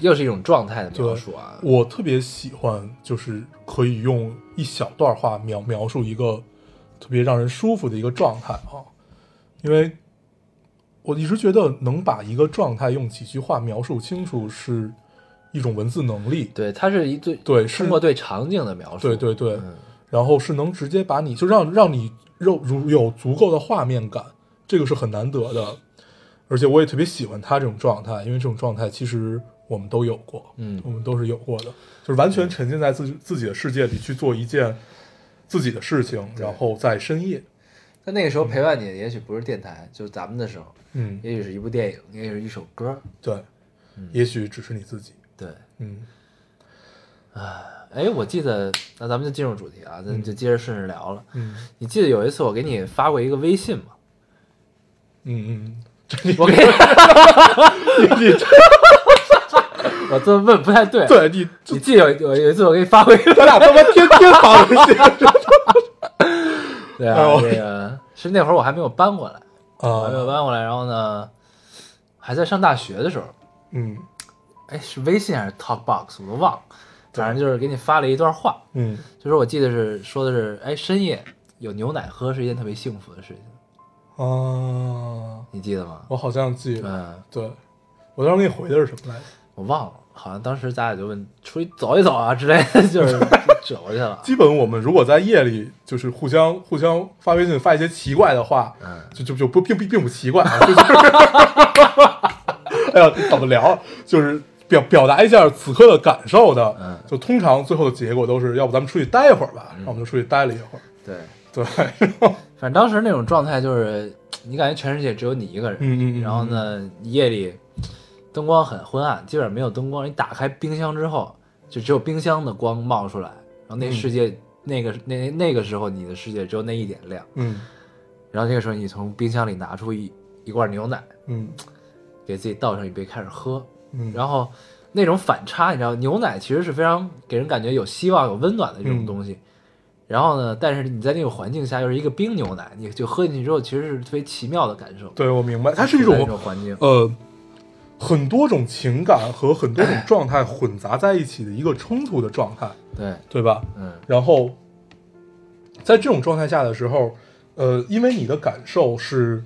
[SPEAKER 3] 又是一种状态的描述啊。
[SPEAKER 4] 我特别喜欢，就是可以用一小段话描描述一个特别让人舒服的一个状态啊，因为我一直觉得能把一个状态用几句话描述清楚是一种文字能力，
[SPEAKER 3] 对，它是一对
[SPEAKER 4] 对是
[SPEAKER 3] 通过对场景的描述，
[SPEAKER 4] 对对对，
[SPEAKER 3] 嗯
[SPEAKER 4] 然后是能直接把你就让让你肉如有足够的画面感，这个是很难得的，而且我也特别喜欢他这种状态，因为这种状态其实我们都有过，
[SPEAKER 3] 嗯
[SPEAKER 4] 我们都是有过的，就是完全沉浸在自己自己的世界里去做一件自己的事情，然后在深夜，
[SPEAKER 3] 但那个时候陪伴你的也许不是电台，就是咱们的时候，
[SPEAKER 4] 嗯，
[SPEAKER 3] 也许是一部电影，也许是一首歌，
[SPEAKER 4] 对，也许只是你自己，
[SPEAKER 3] 对。
[SPEAKER 4] 嗯
[SPEAKER 3] 哎，我记得，那咱们就进入主题啊，咱就接着顺着聊了。
[SPEAKER 4] 嗯
[SPEAKER 3] 你记得有一次我给你发过一个微信吗？
[SPEAKER 4] 嗯嗯，这你
[SPEAKER 3] 我给
[SPEAKER 4] 你你
[SPEAKER 3] 我这么问不太 对。，
[SPEAKER 4] 对你
[SPEAKER 3] 你记得有有有一次我给你发过一个，
[SPEAKER 4] 咱俩他妈天天发微信
[SPEAKER 3] 对啊，
[SPEAKER 4] 哎呦
[SPEAKER 3] 这个是那会儿我还没有搬过来，我还没
[SPEAKER 4] 啊，
[SPEAKER 3] 有搬过来，然后呢，还在上大学的时候，
[SPEAKER 4] 嗯
[SPEAKER 3] 哎是微信还是 Talkbox 我都忘了，反正就是给你发了一段话，
[SPEAKER 4] 嗯，
[SPEAKER 3] 就是我记得是说的是，哎深夜有牛奶喝是一件特别幸福的事情，
[SPEAKER 4] 啊，
[SPEAKER 3] 你记得吗？
[SPEAKER 4] 我好像记得，
[SPEAKER 3] 嗯，
[SPEAKER 4] 对，我当时给你回的是什么来着？
[SPEAKER 3] 我忘了，好像当时咱俩就问出去走一走啊之类的， 就是折过去了。
[SPEAKER 4] 基本我们如果在夜里就是互相互相发微信发一些奇怪的话，
[SPEAKER 3] 嗯
[SPEAKER 4] 就就就不并并并不奇怪啊，就是， 哎呀，怎么聊？就是表表达一下此刻的感受的，
[SPEAKER 3] 嗯
[SPEAKER 4] 就通常最后的结果都是，要不咱们出去待会儿吧，然后我们就出去待了一会儿，
[SPEAKER 3] 对，
[SPEAKER 4] 对，然后
[SPEAKER 3] 反正当时那种状态就是，你感觉全世界只有你一个人，
[SPEAKER 4] 嗯嗯嗯
[SPEAKER 3] 然后呢，夜里灯光很昏暗，基本上没有灯光。你打开冰箱之后，就只有冰箱的光冒出来，然后
[SPEAKER 4] 嗯
[SPEAKER 3] 那世界、那个那那个时候你的世界只有那一点亮。
[SPEAKER 4] 嗯
[SPEAKER 3] 然后这个时候，你从冰箱里拿出一一罐牛奶，
[SPEAKER 4] 嗯
[SPEAKER 3] 给自己倒上一杯，开始喝。
[SPEAKER 4] 嗯，
[SPEAKER 3] 然后那种反差，你知道，牛奶其实是非常给人感觉有希望、有温暖的
[SPEAKER 4] 嗯
[SPEAKER 3] 这种东西。然后呢，但是你在那种环境下又是一个冰牛奶，你就喝进去之后，其实是特别奇妙的感受。
[SPEAKER 4] 对我明白，它是一
[SPEAKER 3] 处在这
[SPEAKER 4] 种
[SPEAKER 3] 种环境，
[SPEAKER 4] 呃。很多种情感和很多种状态混杂在一起的一个冲突的状态，
[SPEAKER 3] 对，
[SPEAKER 4] 对吧？
[SPEAKER 3] 嗯
[SPEAKER 4] 然后在这种状态下的时候，呃，因为你的感受是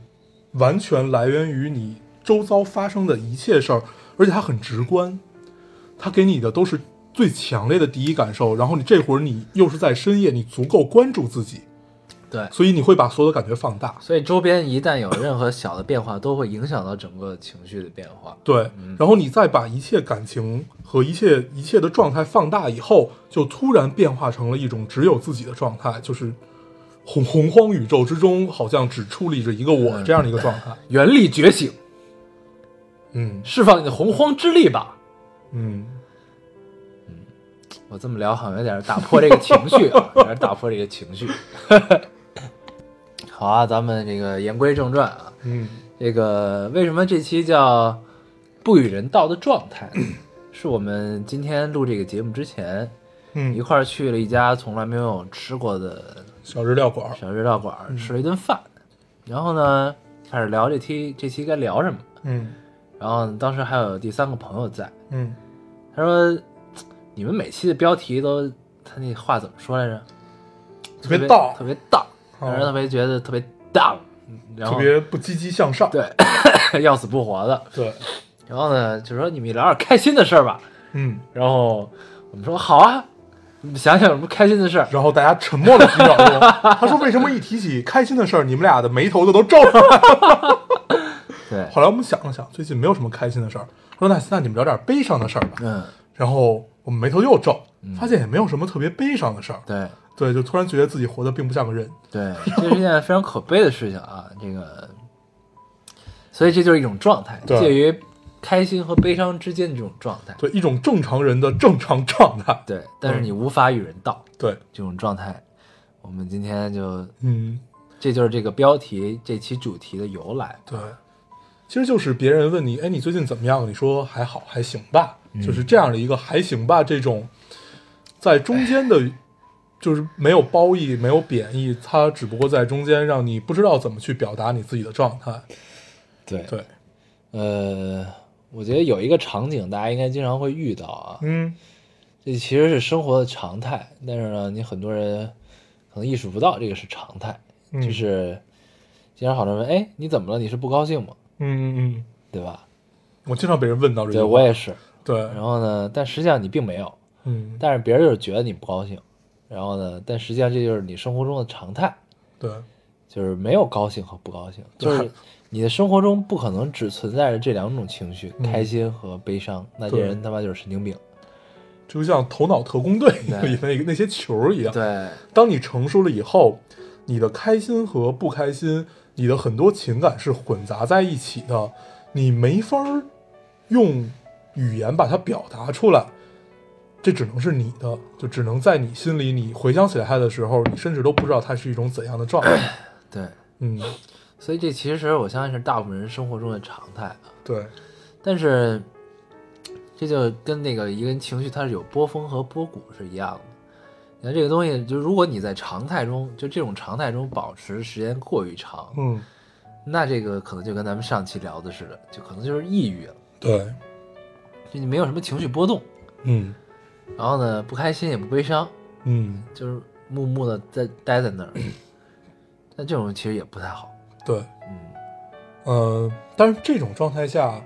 [SPEAKER 4] 完全来源于你周遭发生的一切事儿，而且它很直观，它给你的都是最强烈的第一感受。然后你这会儿你又是在深夜，你足够关注自己，
[SPEAKER 3] 对。
[SPEAKER 4] 所以你会把所有的感觉放大。
[SPEAKER 3] 所以周边一旦有任何小的变化，都会影响到整个情绪的变化。
[SPEAKER 4] 对，
[SPEAKER 3] 嗯
[SPEAKER 4] 然后你再把一切感情和一切一切的状态放大以后，就突然变化成了一种只有自己的状态，就是洪洪荒宇宙之中，好像只矗立着一个
[SPEAKER 3] 嗯
[SPEAKER 4] 我这样的一个状态。
[SPEAKER 3] 原力觉醒，
[SPEAKER 4] 嗯
[SPEAKER 3] 释放你的洪荒之力吧！
[SPEAKER 4] 嗯，
[SPEAKER 3] 我这么聊好像有点打破这个情绪啊，有点打破这个情绪。 好啊，咱们这个言归正传啊，
[SPEAKER 4] 嗯
[SPEAKER 3] 这个为什么这期叫“不与人道的状 态”？是我们今天录这个节目之前，一
[SPEAKER 4] 嗯，
[SPEAKER 3] 块儿去了一家从来没有吃过的
[SPEAKER 4] 小日料馆儿，
[SPEAKER 3] 小日料馆
[SPEAKER 4] 嗯
[SPEAKER 3] 儿吃了一顿饭，然后呢，开始聊这期这期该聊什么。
[SPEAKER 4] 嗯
[SPEAKER 3] 然后当时还有第三个朋友在，
[SPEAKER 4] 嗯，
[SPEAKER 3] 他说：“你们每期的标题都……他那话怎么说来着？
[SPEAKER 4] 特别荡
[SPEAKER 3] 特别荡，
[SPEAKER 4] 哦
[SPEAKER 3] 让人特别觉得特别荡，然
[SPEAKER 4] 特
[SPEAKER 3] 后
[SPEAKER 4] 别不积极向上。
[SPEAKER 3] 对要死不活的。
[SPEAKER 4] 对，
[SPEAKER 3] 然后呢，就说你们聊点开心的事儿吧。
[SPEAKER 4] 嗯，
[SPEAKER 3] 然后我们说好啊，你们想想有什么开心的事儿。
[SPEAKER 4] 然后大家沉默了几秒钟。他说：“为什么一提起开心的事儿，你们俩的眉头就都皱上来了？”
[SPEAKER 3] 对，
[SPEAKER 4] 后来我们想了想，最近没有什么开心的事儿。他说：“那那你们聊点悲伤的事儿吧。”
[SPEAKER 3] 嗯，
[SPEAKER 4] 然后我们眉头又皱，发现也没有什么特别悲伤的事儿。
[SPEAKER 3] 对。”
[SPEAKER 4] 对，就突然觉得自己活得并不像个人。
[SPEAKER 3] 对，这是一件非常可悲的事情啊。这个，所以这就是一种状态，
[SPEAKER 4] 对
[SPEAKER 3] 介于开心和悲伤之间的这种状态。
[SPEAKER 4] 对，一种正常人的正常状态。
[SPEAKER 3] 对，但是你无法与人道、
[SPEAKER 4] 对，
[SPEAKER 3] 这种状态。我们今天就，
[SPEAKER 4] 嗯，
[SPEAKER 3] 这就是这个标题这期主题的由来。
[SPEAKER 4] 对，其实就是别人问你，哎，你最近怎么样？你说还好，还行吧，
[SPEAKER 3] 嗯
[SPEAKER 4] 就是这样的一个还行吧这种，在中间的， 就是没有褒义，没有贬义，它只不过在中间让你不知道怎么去表达你自己的状态。
[SPEAKER 3] 对
[SPEAKER 4] 对，
[SPEAKER 3] 呃，我觉得有一个场景大家应该经常会遇到啊，
[SPEAKER 4] 嗯
[SPEAKER 3] 这其实是生活的常态，但是呢，你很多人可能意识不到这个是常态，
[SPEAKER 4] 嗯
[SPEAKER 3] 就是经常好多人问，哎，你怎么了？你是不高兴吗？
[SPEAKER 4] 嗯嗯嗯，
[SPEAKER 3] 对吧？
[SPEAKER 4] 我经常被人问到这
[SPEAKER 3] 对
[SPEAKER 4] 个，
[SPEAKER 3] 我也嗯是。
[SPEAKER 4] 对，
[SPEAKER 3] 然后呢，但实际上你并没有，
[SPEAKER 4] 嗯
[SPEAKER 3] 但是别人就是觉得你不高兴。然后呢，但实际上这就是你生活中的常态，
[SPEAKER 4] 对，
[SPEAKER 3] 就是没有高兴和不高兴，就
[SPEAKER 4] 对
[SPEAKER 3] 是你的生活中不可能只存在着这两种情绪，开心和悲伤。那这
[SPEAKER 4] 对
[SPEAKER 3] 人他妈就是神经病。
[SPEAKER 4] 就像《头脑特工队》里 那个那些球儿一样，
[SPEAKER 3] 对
[SPEAKER 4] 当你成熟了以后，你的开心和不开心，你的很多情感是混杂在一起的，你没法儿用语言把它表达出来，这只能是你的，就只能在你心里，你回想起来它的时候，你甚至都不知道它是一种怎样的状态。
[SPEAKER 3] 对，
[SPEAKER 4] 嗯，
[SPEAKER 3] 所以这其实我相信是大部分人生活中的常态啊。
[SPEAKER 4] 对，
[SPEAKER 3] 但是这就跟那个一个人情绪它是有波峰和波谷是一样的。你看这个东西，就如果你在常态中，就这种常态中保持时间过于长，
[SPEAKER 4] 嗯，
[SPEAKER 3] 那这个可能就跟咱们上期聊的似的，就可能就是抑郁了。
[SPEAKER 4] 对，
[SPEAKER 3] 就你没有什么情绪波动，
[SPEAKER 4] 嗯
[SPEAKER 3] 然后呢不开心也不悲伤，
[SPEAKER 4] 嗯，
[SPEAKER 3] 就是默默的在待在那儿。但这种其实也不太好，
[SPEAKER 4] 对，
[SPEAKER 3] 嗯
[SPEAKER 4] 呃，但是这种状态下，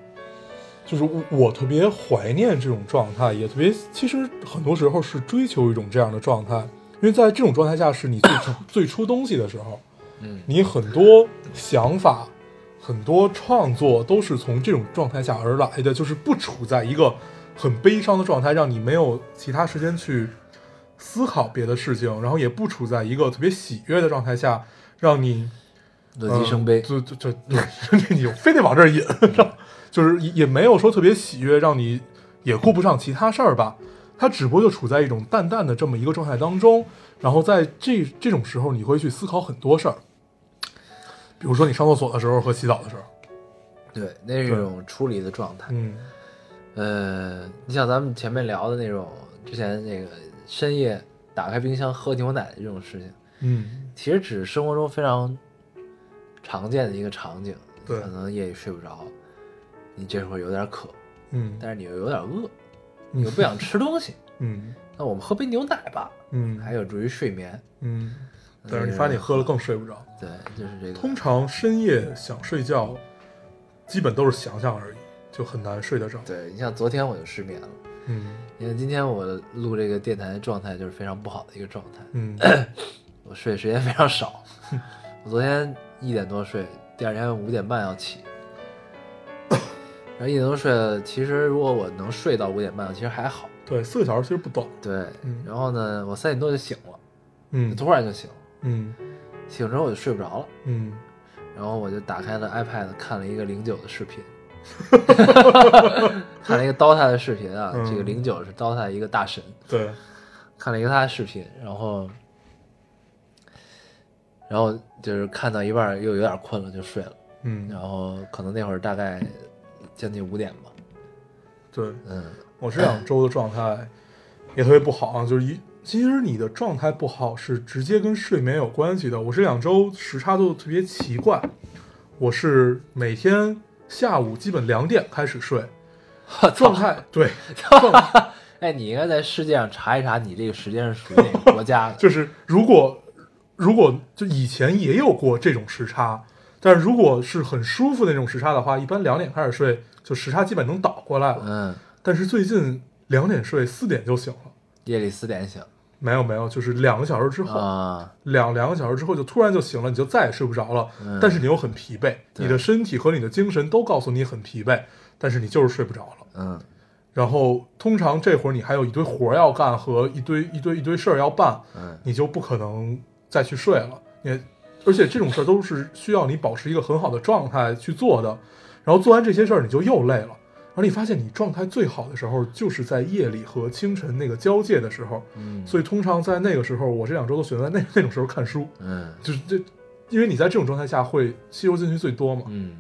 [SPEAKER 4] 就是我我特别怀念这种状态，也特别，其实很多时候是追求一种这样的状态，因为在这种状态下是你最初最初东西的时候，
[SPEAKER 3] 嗯
[SPEAKER 4] 你很多想法、很多创作都是从这种状态下而来的，就是不处在一个很悲伤的状态，让你没有其他时间去思考别的事情，然后也不处在一个特别喜悦的状态下，让你
[SPEAKER 3] 乐极生悲
[SPEAKER 4] 嗯，就就就对， 你非得往这儿引，就是也没有说特别喜悦，让你也顾不上其他事儿吧。他只不过就处在一种淡淡的这么一个状态当中，然后在这这种时候，你会去思考很多事儿，比如说你上厕所的时候和洗澡的时候，
[SPEAKER 3] 对，那是一种处理的状态。
[SPEAKER 4] 嗯
[SPEAKER 3] 呃，你像咱们前面聊的那种，之前那个深夜打开冰箱喝牛奶的这种事情，
[SPEAKER 4] 嗯，
[SPEAKER 3] 其实只是生活中非常常见的一个场景。
[SPEAKER 4] 对
[SPEAKER 3] 可能夜里睡不着，你这会儿有点渴，
[SPEAKER 4] 嗯
[SPEAKER 3] 但是你又有点饿，
[SPEAKER 4] 嗯
[SPEAKER 3] 你又不想吃东西，
[SPEAKER 4] 嗯
[SPEAKER 3] 那我们喝杯牛奶吧，
[SPEAKER 4] 嗯
[SPEAKER 3] 还有助于睡眠。
[SPEAKER 4] 嗯，但是你发现你喝了更睡不着。
[SPEAKER 3] 对，就是这个
[SPEAKER 4] 通。常深夜想睡觉，基本都是想想而已，就很难睡得着。
[SPEAKER 3] 对你像昨天我就失眠了，
[SPEAKER 4] 嗯
[SPEAKER 3] 因为今天我录这个电台的状态就是非常不好的一个状态，
[SPEAKER 4] 嗯
[SPEAKER 3] 我睡的时间非常少。我昨天一点多睡，第二天五点半要起，然后一点多睡了。其实如果我能睡到五点半，其实还好。
[SPEAKER 4] 对，四个小时其实不短。
[SPEAKER 3] 对
[SPEAKER 4] 嗯，
[SPEAKER 3] 然后呢，我三点多就醒了，
[SPEAKER 4] 嗯
[SPEAKER 3] 突然就醒了，
[SPEAKER 4] 嗯
[SPEAKER 3] 醒之后我就睡不着了。
[SPEAKER 4] 嗯，
[SPEAKER 3] 然后我就打开了 iPad 看了一个零九的视频， 看了一个 DOTA 的视频啊，
[SPEAKER 4] 嗯
[SPEAKER 3] 这个零九是 DOTA 一个大神，
[SPEAKER 4] 对，
[SPEAKER 3] 看了一个他的视频，然后，然后就是看到一半儿又有点困了就睡了，然
[SPEAKER 4] 嗯
[SPEAKER 3] 后可能那会儿大概将近五点吧，
[SPEAKER 4] 对，
[SPEAKER 3] 嗯，
[SPEAKER 4] 我这两周的状态也特别不好啊，就是一。其实你的状态不好是直接跟睡眠有关系的。我这两周时差都特别奇怪，我是每天下午基本两点开始睡，状态对，
[SPEAKER 3] 哎，你应该在世界上查一查你这个时间是属于哪个国家 的，
[SPEAKER 4] 就是如果如果就以前也有过这种时差，但是如果是很舒服的那种时差的话，一般两点开始睡，就时差基本能倒过来了。
[SPEAKER 3] 嗯，
[SPEAKER 4] 但是最近两点睡，四点就醒了，
[SPEAKER 3] 夜里四点醒
[SPEAKER 4] 没有没有，就是两个小时之后，
[SPEAKER 3] 啊，
[SPEAKER 4] 两两个小时之后就突然就醒了，你就再也睡不着了。
[SPEAKER 3] 嗯
[SPEAKER 4] 但是你又很疲惫，
[SPEAKER 3] 对
[SPEAKER 4] 你的身体和你的精神都告诉你很疲惫，但是你就是睡不着了。
[SPEAKER 3] 嗯
[SPEAKER 4] 然后通常这会儿你还有一堆活儿要干和一堆一堆一堆事儿要办，
[SPEAKER 3] 嗯，
[SPEAKER 4] 你就不可能再去睡了。你而且这种事儿都是需要你保持一个很好的状态去做的。然后做完这些事儿，你就又累了。而你发现你状态最好的时候，就是在夜里和清晨那个交界的时候。
[SPEAKER 3] 嗯
[SPEAKER 4] 所以通常在那个时候，我这两周都选在那那种时候看书，
[SPEAKER 3] 嗯
[SPEAKER 4] 就是这，因为你在这种状态下会吸收进去最多嘛。
[SPEAKER 3] 嗯，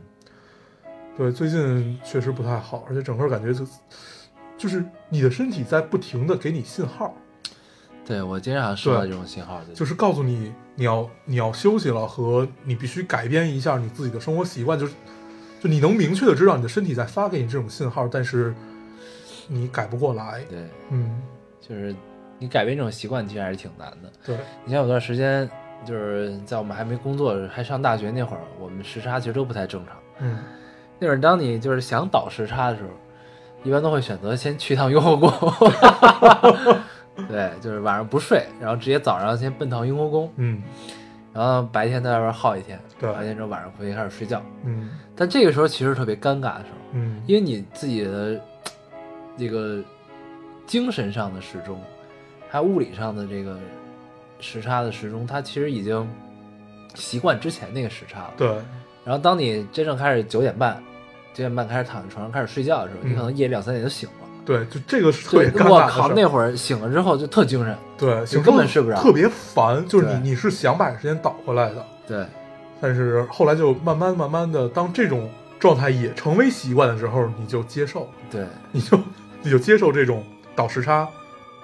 [SPEAKER 4] 对，最近确实不太好，而且整个感觉就就是你的身体在不停的给你信号，
[SPEAKER 3] 对我经常收到
[SPEAKER 4] 对
[SPEAKER 3] 这种信号，对
[SPEAKER 4] 就是告诉你你要你要休息了，和你必须改变一下你自己的生活习惯，就是就你能明确的知道你的身体在发给你这种信号，但是你改不过来。
[SPEAKER 3] 对，
[SPEAKER 4] 嗯，
[SPEAKER 3] 就是你改变这种习惯其实还是挺难的。
[SPEAKER 4] 对，
[SPEAKER 3] 你像有段时间，就是在我们还没工作、还上大学那会儿，我们时差其实都不太正常。
[SPEAKER 4] 嗯，
[SPEAKER 3] 那会儿当你就是想倒时差的时候，一般都会选择先去趟雍和宫， 对，就是晚上不睡，然后直接早上先奔趟雍和宫，
[SPEAKER 4] 嗯，
[SPEAKER 3] 然后白天在外边耗一天，
[SPEAKER 4] 对
[SPEAKER 3] 耗一天之后晚上回去开始睡觉。
[SPEAKER 4] 嗯，
[SPEAKER 3] 但这个时候其实特别尴尬的时候，
[SPEAKER 4] 嗯，
[SPEAKER 3] 因为你自己的这个精神上的时钟，还有物理上的这个时差的时钟，它其实已经习惯之前那个时差了。
[SPEAKER 4] 对，
[SPEAKER 3] 然后当你真正开始九点半，九点半开始躺在床上开始睡觉的时候，
[SPEAKER 4] 嗯
[SPEAKER 3] 你可能夜里两三点就醒 了。
[SPEAKER 4] 对，就这个是特别
[SPEAKER 3] 对，
[SPEAKER 4] 尴
[SPEAKER 3] 我
[SPEAKER 4] 尬的事
[SPEAKER 3] 靠，
[SPEAKER 4] 儿
[SPEAKER 3] 那会儿醒了之后就特精神。
[SPEAKER 4] 对，行
[SPEAKER 3] 根本
[SPEAKER 4] 程
[SPEAKER 3] 睡不着
[SPEAKER 4] 特别烦，就是
[SPEAKER 3] 对
[SPEAKER 4] 你你是想把时间倒回来的，
[SPEAKER 3] 对，
[SPEAKER 4] 但是后来就慢慢慢慢的，当这种状态也成为习惯的时候，你就接受，
[SPEAKER 3] 对，
[SPEAKER 4] 你就你就接受这种倒时差，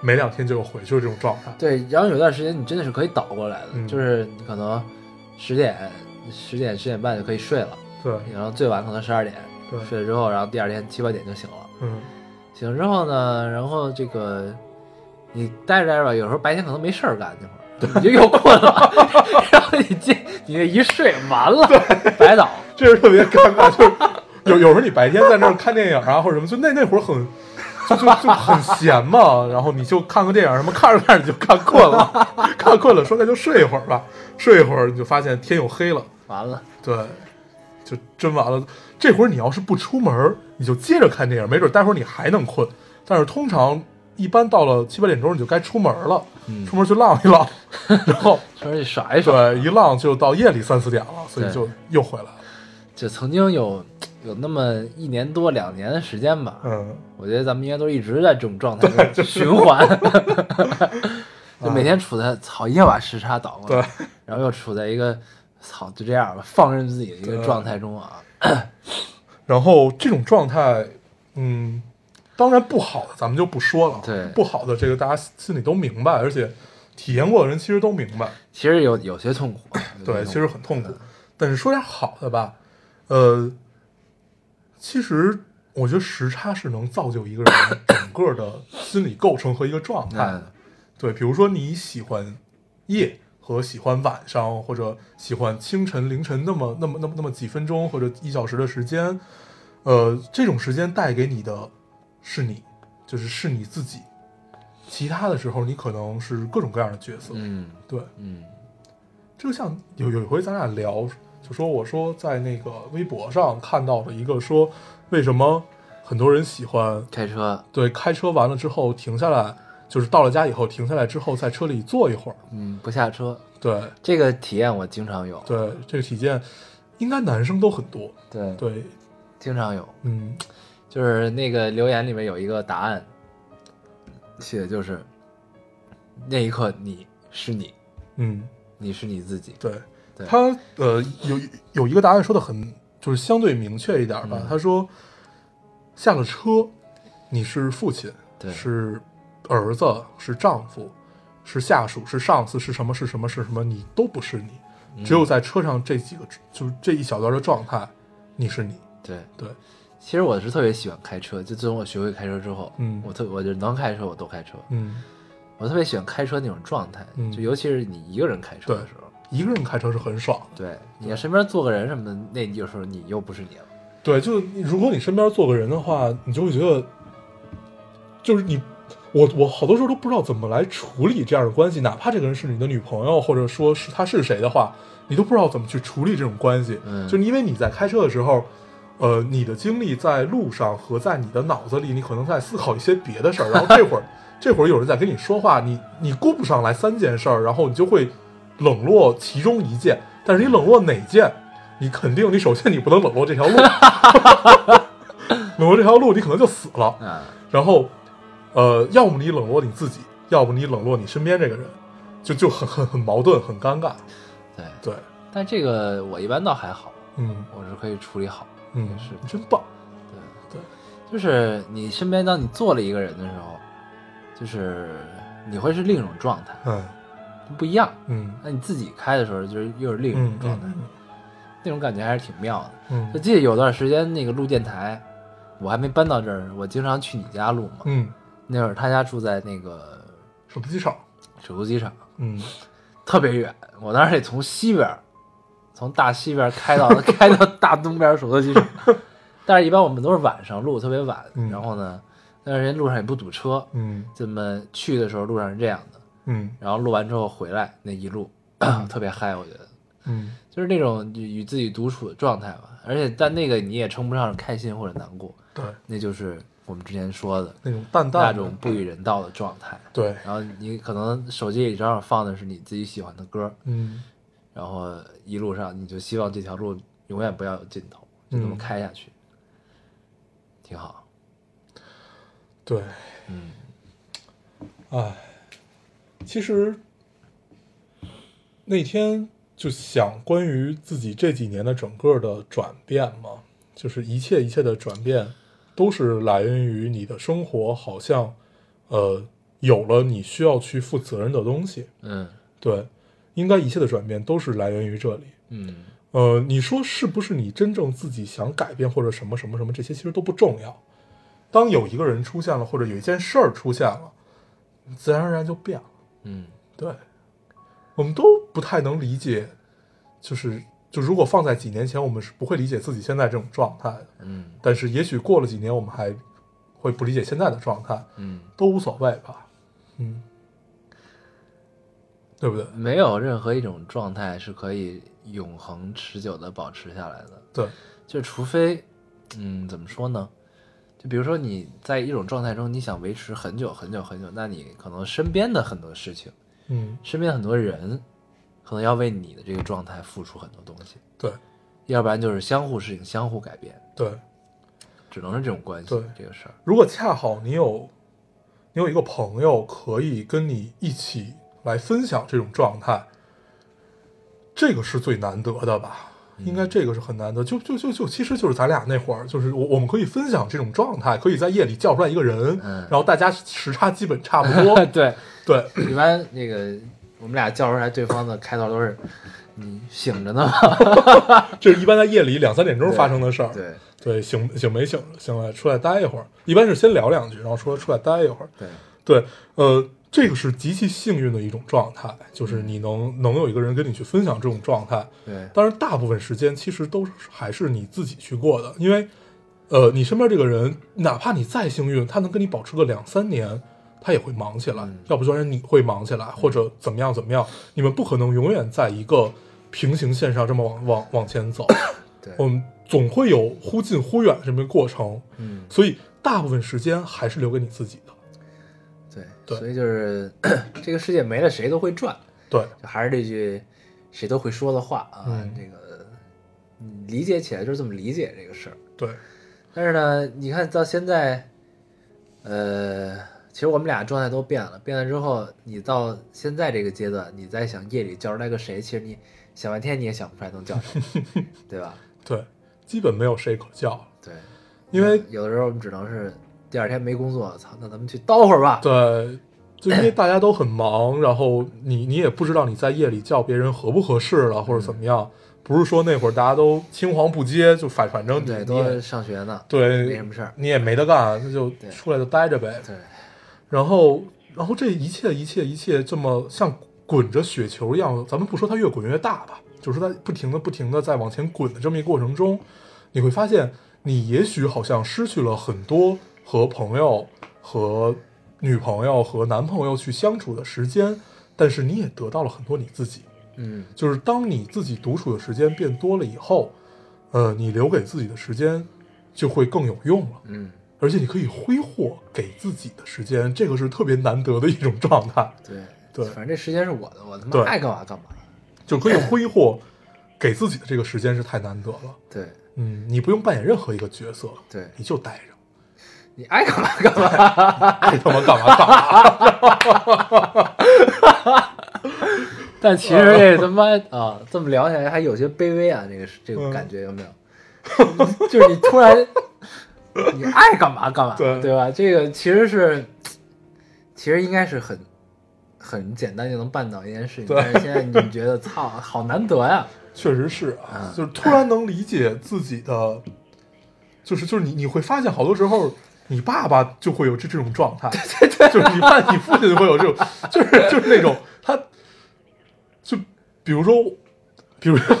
[SPEAKER 4] 每两天就有回去的这种状态。
[SPEAKER 3] 对，然后有段时间你真的是可以倒过来的，
[SPEAKER 4] 嗯
[SPEAKER 3] 就是你可能十点、十点、十点半就可以睡了，
[SPEAKER 4] 对，
[SPEAKER 3] 然后最晚可能十二点
[SPEAKER 4] 对
[SPEAKER 3] 睡了之后，然后第二天七八点就醒了。
[SPEAKER 4] 嗯，
[SPEAKER 3] 醒之后呢，然后这个你待着待着吧，有时候白天可能没事儿干，那会儿你就又困了， 然后你接你这一睡完了，白倒。
[SPEAKER 4] 这是特别尴尬，就是有有时候你白天在那儿看电影啊或者什么，就那那会儿很就就就很闲嘛，然后你就看个电影什么，看着看着你就看困了，看困了说那就睡一会儿吧，睡一会儿你就发现天又黑了，
[SPEAKER 3] 完了，
[SPEAKER 4] 对，就真完了。这会儿你要是不出门儿，你就接着看电影，没准待会儿你还能困。但是通常一般到了七八点钟你就该出门儿了，
[SPEAKER 3] 嗯
[SPEAKER 4] 出门儿去浪一 浪，然后
[SPEAKER 3] 出去耍一耍。
[SPEAKER 4] 对一浪就到夜里三四点了，所以
[SPEAKER 3] 对
[SPEAKER 4] 就又回来了。
[SPEAKER 3] 就曾经有有那么一年多两年的时间吧，
[SPEAKER 4] 嗯，
[SPEAKER 3] 我觉得咱们应该都一直在这种状态中循环， 就每天处在操一定要把时差倒过来，然后又处在一个操就这样吧，放任自己的一个状态中啊，
[SPEAKER 4] 然后这种状态，嗯，当然不好的咱们就不说了，
[SPEAKER 3] 对
[SPEAKER 4] 不好的这个大家心里都明白，而且体验过的人其实都明白，
[SPEAKER 3] 其实有有些痛苦，啊有
[SPEAKER 4] 对，
[SPEAKER 3] 些
[SPEAKER 4] 其实很痛苦。但是说点好的吧，呃，其实我觉得时差是能造就一个人整个的心理构成和一个状态
[SPEAKER 3] 嗯
[SPEAKER 4] 的。对，比如说你喜欢夜和喜欢晚上，或者喜欢清晨、凌晨那么、那么、那么、那么几分钟或者一小时的时间，呃，这种时间带给你的是你，就是是你自己。其他的时候，你可能是各种各样的角色。
[SPEAKER 3] 嗯
[SPEAKER 4] 对，
[SPEAKER 3] 嗯
[SPEAKER 4] 就像有有一回咱俩聊，就说我说在那个微博上看到了一个说，为什么很多人喜欢
[SPEAKER 3] 开车
[SPEAKER 4] 对开车完了之后停下来，就是到了家以后停下来之后在车里坐一会儿，
[SPEAKER 3] 嗯不下车，
[SPEAKER 4] 对
[SPEAKER 3] 这个体验我经常有，
[SPEAKER 4] 对，这个体验应该男生都很多，
[SPEAKER 3] 对
[SPEAKER 4] 对，
[SPEAKER 3] 经常有，
[SPEAKER 4] 嗯
[SPEAKER 3] 就是那个留言里面有一个答案，写的就是那一刻你是你，
[SPEAKER 4] 嗯，
[SPEAKER 3] 你是你自己。
[SPEAKER 4] 对
[SPEAKER 3] 对
[SPEAKER 4] 他呃有有一个答案说的很就是相对明确一点吧，
[SPEAKER 3] 嗯
[SPEAKER 4] 他说下了车你是父亲，
[SPEAKER 3] 对
[SPEAKER 4] 是儿子，是丈夫，是下属，是上司，是什么是什么是什么，你都不是
[SPEAKER 3] 嗯
[SPEAKER 4] 你，只有在车上这几个就是这一小段的状态，你是你，
[SPEAKER 3] 对，
[SPEAKER 4] 对，
[SPEAKER 3] 其实我是特别喜欢开车，就自从我学会开车之后，
[SPEAKER 4] 嗯
[SPEAKER 3] 我特我就能开车我都开车，
[SPEAKER 4] 嗯，
[SPEAKER 3] 我特别喜欢开车那种状态，
[SPEAKER 4] 嗯
[SPEAKER 3] 就尤其是你一个人开车的时候，
[SPEAKER 4] 一个人开车是很爽的。
[SPEAKER 3] 对，你要身边坐个人什么的，那有时候你又不是你了，
[SPEAKER 4] 对，就你如果你身边坐个人的话，你就会觉得，就是你，我我好多时候都不知道怎么来处理这样的关系，哪怕这个人是你的女朋友，或者说是他是谁的话，你都不知道怎么去处理这种关系。
[SPEAKER 3] 嗯
[SPEAKER 4] 就是因为你在开车的时候，呃，你的精力在路上和在你的脑子里，你可能在思考一些别的事儿，然后这会儿 这会儿有人在跟你说话，你你顾不上来三件事儿，然后你就会冷落其中一件，但是你冷落哪件？你肯定，你首先你不能冷落这条路， 冷落这条路，你可能就死了。
[SPEAKER 3] 啊，
[SPEAKER 4] 然后，呃，要么你冷落你自己，要么你冷落你身边这个人，就就很很很矛盾，很尴尬。
[SPEAKER 3] 对，
[SPEAKER 4] 对，
[SPEAKER 3] 但这个我一般倒还好，
[SPEAKER 4] 嗯
[SPEAKER 3] 我是可以处理好，
[SPEAKER 4] 嗯，
[SPEAKER 3] 是
[SPEAKER 4] 真棒。
[SPEAKER 3] 就是你身边当你坐了一个人的时候，就是你会是另一种状态，
[SPEAKER 4] 嗯
[SPEAKER 3] 不一样。
[SPEAKER 4] 嗯
[SPEAKER 3] 那你自己开的时候，就是又是另一种
[SPEAKER 4] 嗯
[SPEAKER 3] 状态，那种感觉还是挺妙的。
[SPEAKER 4] 嗯
[SPEAKER 3] 我记得有段时间那个录电台，我还没搬到这儿，我经常去你家录嘛。
[SPEAKER 4] 嗯，
[SPEAKER 3] 那会儿他家住在那个
[SPEAKER 4] 手机上，
[SPEAKER 3] 首都机场，
[SPEAKER 4] 嗯，
[SPEAKER 3] 特别远，我当时得从西边儿，从大西边儿开到 开到大东边儿首都机场。 但是，一般我们都是晚上录，特别晚。
[SPEAKER 4] 嗯
[SPEAKER 3] 然后呢，但是人家路上也不堵车，
[SPEAKER 4] 嗯
[SPEAKER 3] 这么去的时候路上是这样的，
[SPEAKER 4] 嗯
[SPEAKER 3] 然后录完之后回来那一路 特别嗨，我觉得
[SPEAKER 4] 嗯，
[SPEAKER 3] 就是那种与与自己独处的状态吧。而且，但那个你也称不上是开心或者难过，
[SPEAKER 4] 对，
[SPEAKER 3] 那就是我们之前说的
[SPEAKER 4] 那种淡淡
[SPEAKER 3] 那
[SPEAKER 4] 的
[SPEAKER 3] 种不与人道的状态。
[SPEAKER 4] 对，
[SPEAKER 3] 然后你可能手机里正好放的是你自己喜欢的歌，
[SPEAKER 4] 嗯
[SPEAKER 3] 然后一路上你就希望这条路永远不要有尽头，就这么
[SPEAKER 4] 嗯
[SPEAKER 3] 开下去，挺好。
[SPEAKER 4] 对，
[SPEAKER 3] 嗯，
[SPEAKER 4] 哎，其实那天就想关于自己这几年的整个的转变嘛，就是一切一切的转变，都是来源于你的生活，好像呃有了你需要去负责任的东西。
[SPEAKER 3] 嗯
[SPEAKER 4] 对，应该一切的转变都是来源于这里。
[SPEAKER 3] 嗯，
[SPEAKER 4] 呃，你说是不是你真正自己想改变或者什么什么什么这些其实都不重要，当有一个人出现了，或者有一件事儿出现了，自然而然就变了。
[SPEAKER 3] 嗯，
[SPEAKER 4] 对，我们都不太能理解，就是就如果放在几年前，我们是不会理解自己现在这种状态的。
[SPEAKER 3] 嗯，
[SPEAKER 4] 但是也许过了几年，我们还会不理解现在的状态，
[SPEAKER 3] 嗯，
[SPEAKER 4] 都无所谓吧。嗯，对不对？
[SPEAKER 3] 没有任何一种状态是可以永恒持久的保持下来的，
[SPEAKER 4] 对，
[SPEAKER 3] 就除非，嗯，怎么说呢？就比如说你在一种状态中，你想维持很久很久很久，那你可能身边的很多事情，
[SPEAKER 4] 嗯，
[SPEAKER 3] 身边很多人，可能要为你的这个状态付出很多东西，
[SPEAKER 4] 对，
[SPEAKER 3] 要不然就是相互事情相互改变，
[SPEAKER 4] 对。
[SPEAKER 3] 只能是这种关系
[SPEAKER 4] 对
[SPEAKER 3] 这个事儿。
[SPEAKER 4] 如果恰好你有你有一个朋友可以跟你一起来分享这种状态，这个是最难得的吧？
[SPEAKER 3] 嗯
[SPEAKER 4] 应该这个是很难得。就就就就，其实就是咱俩那会儿，就是我我们可以分享这种状态，可以在夜里叫出来一个人，
[SPEAKER 3] 嗯
[SPEAKER 4] 然后大家时差基本差不多。
[SPEAKER 3] 对，
[SPEAKER 4] 对
[SPEAKER 3] 一般那个我们俩叫出来对方的开头都是“你醒着呢吗
[SPEAKER 4] 这是一般在夜里两三点钟发生的事儿”。。
[SPEAKER 3] 对
[SPEAKER 4] 对，醒醒没醒？醒来出来待一会儿，一般是先聊两句，然后说出来待一会儿。
[SPEAKER 3] 对，
[SPEAKER 4] 对，呃，这个是极其幸运的一种状态，就是你能能有一个人跟你去分享这种状态。
[SPEAKER 3] 对，
[SPEAKER 4] 当然，大部分时间其实都是还是你自己去过的，因为，呃，你身边这个人，哪怕你再幸运，他能跟你保持个两三年，他也会忙起来，要不就是你会忙起来，或者怎么样怎么样，你们不可能永远在一个平行线上这么往往往前走
[SPEAKER 3] 对，
[SPEAKER 4] 我们总会有忽近忽远这么一个过程，
[SPEAKER 3] 嗯，
[SPEAKER 4] 所以大部分时间还是留给你自己的。
[SPEAKER 3] 对，
[SPEAKER 4] 对
[SPEAKER 3] 所以就是 这个世界没了谁都会转，
[SPEAKER 4] 对，
[SPEAKER 3] 就还是这句谁都会说的话啊，
[SPEAKER 4] 嗯
[SPEAKER 3] 这个嗯理解起来就是这么理解这个事儿。
[SPEAKER 4] 对，
[SPEAKER 3] 但是呢，你看到现在，呃，其实我们俩状态都变了。变了之后，你到现在这个阶段，你再想夜里叫出来个谁，其实你想半天你也想不出来能叫谁， 对吧？
[SPEAKER 4] 对，基本没有谁可叫了，
[SPEAKER 3] 对，
[SPEAKER 4] 因为
[SPEAKER 3] 有的时候我们只能是第二天没工作，操，那咱们去叨会儿吧。
[SPEAKER 4] 对，就因为大家都很忙，然后你你也不知道你在夜里叫别人合不合适了，或者怎么
[SPEAKER 3] 嗯
[SPEAKER 4] 样。不是说那会儿大家都青黄不接，就反反正你
[SPEAKER 3] 对，
[SPEAKER 4] 你也
[SPEAKER 3] 都上学呢，
[SPEAKER 4] 对
[SPEAKER 3] 没什么事儿
[SPEAKER 4] 你也没得干，那就
[SPEAKER 3] 对
[SPEAKER 4] 出来就待着呗。
[SPEAKER 3] 对，
[SPEAKER 4] 然后，然后这一切一切一切这么像滚着雪球一样，咱们不说它越滚越大吧，就是它不停的不停的在往前滚的这么一个过程中，你会发现你也许好像失去了很多和朋友、和女朋友、和男朋友去相处的时间，但是你也得到了很多你自己。
[SPEAKER 3] 嗯，
[SPEAKER 4] 就是当你自己独处的时间变多了以后，呃，你留给自己的时间就会更有用了。
[SPEAKER 3] 嗯，
[SPEAKER 4] 而且你可以挥霍给自己的时间，这个是特别难得的一种状态，
[SPEAKER 3] 对
[SPEAKER 4] 对
[SPEAKER 3] 反正这时间是我的，我他妈
[SPEAKER 4] 对
[SPEAKER 3] 爱干嘛干嘛。
[SPEAKER 4] 就可以挥霍给自己的这个时间是太难得了。
[SPEAKER 3] 对
[SPEAKER 4] 嗯，你不用扮演任何一个角色，
[SPEAKER 3] 对，
[SPEAKER 4] 你就待着，
[SPEAKER 3] 你爱干嘛干嘛。
[SPEAKER 4] 爱他妈干嘛干嘛。
[SPEAKER 3] 但其实这他妈啊，这么聊起来还有些卑微啊，这个这个
[SPEAKER 4] 嗯
[SPEAKER 3] 感觉有没有？就是你突然你爱干嘛干嘛，
[SPEAKER 4] 对
[SPEAKER 3] 对吧？这个其实是其实应该是很很简单就能办到一件事情，
[SPEAKER 4] 对
[SPEAKER 3] 但是现在你就觉得操，好难得呀。
[SPEAKER 4] 确实是啊，就是突然能理解自己的，就是就是你你会发现，好多时候你爸爸就会有这这种状态，就是你爸你父亲会有这种，就是就是那种他，就比如说，比如说，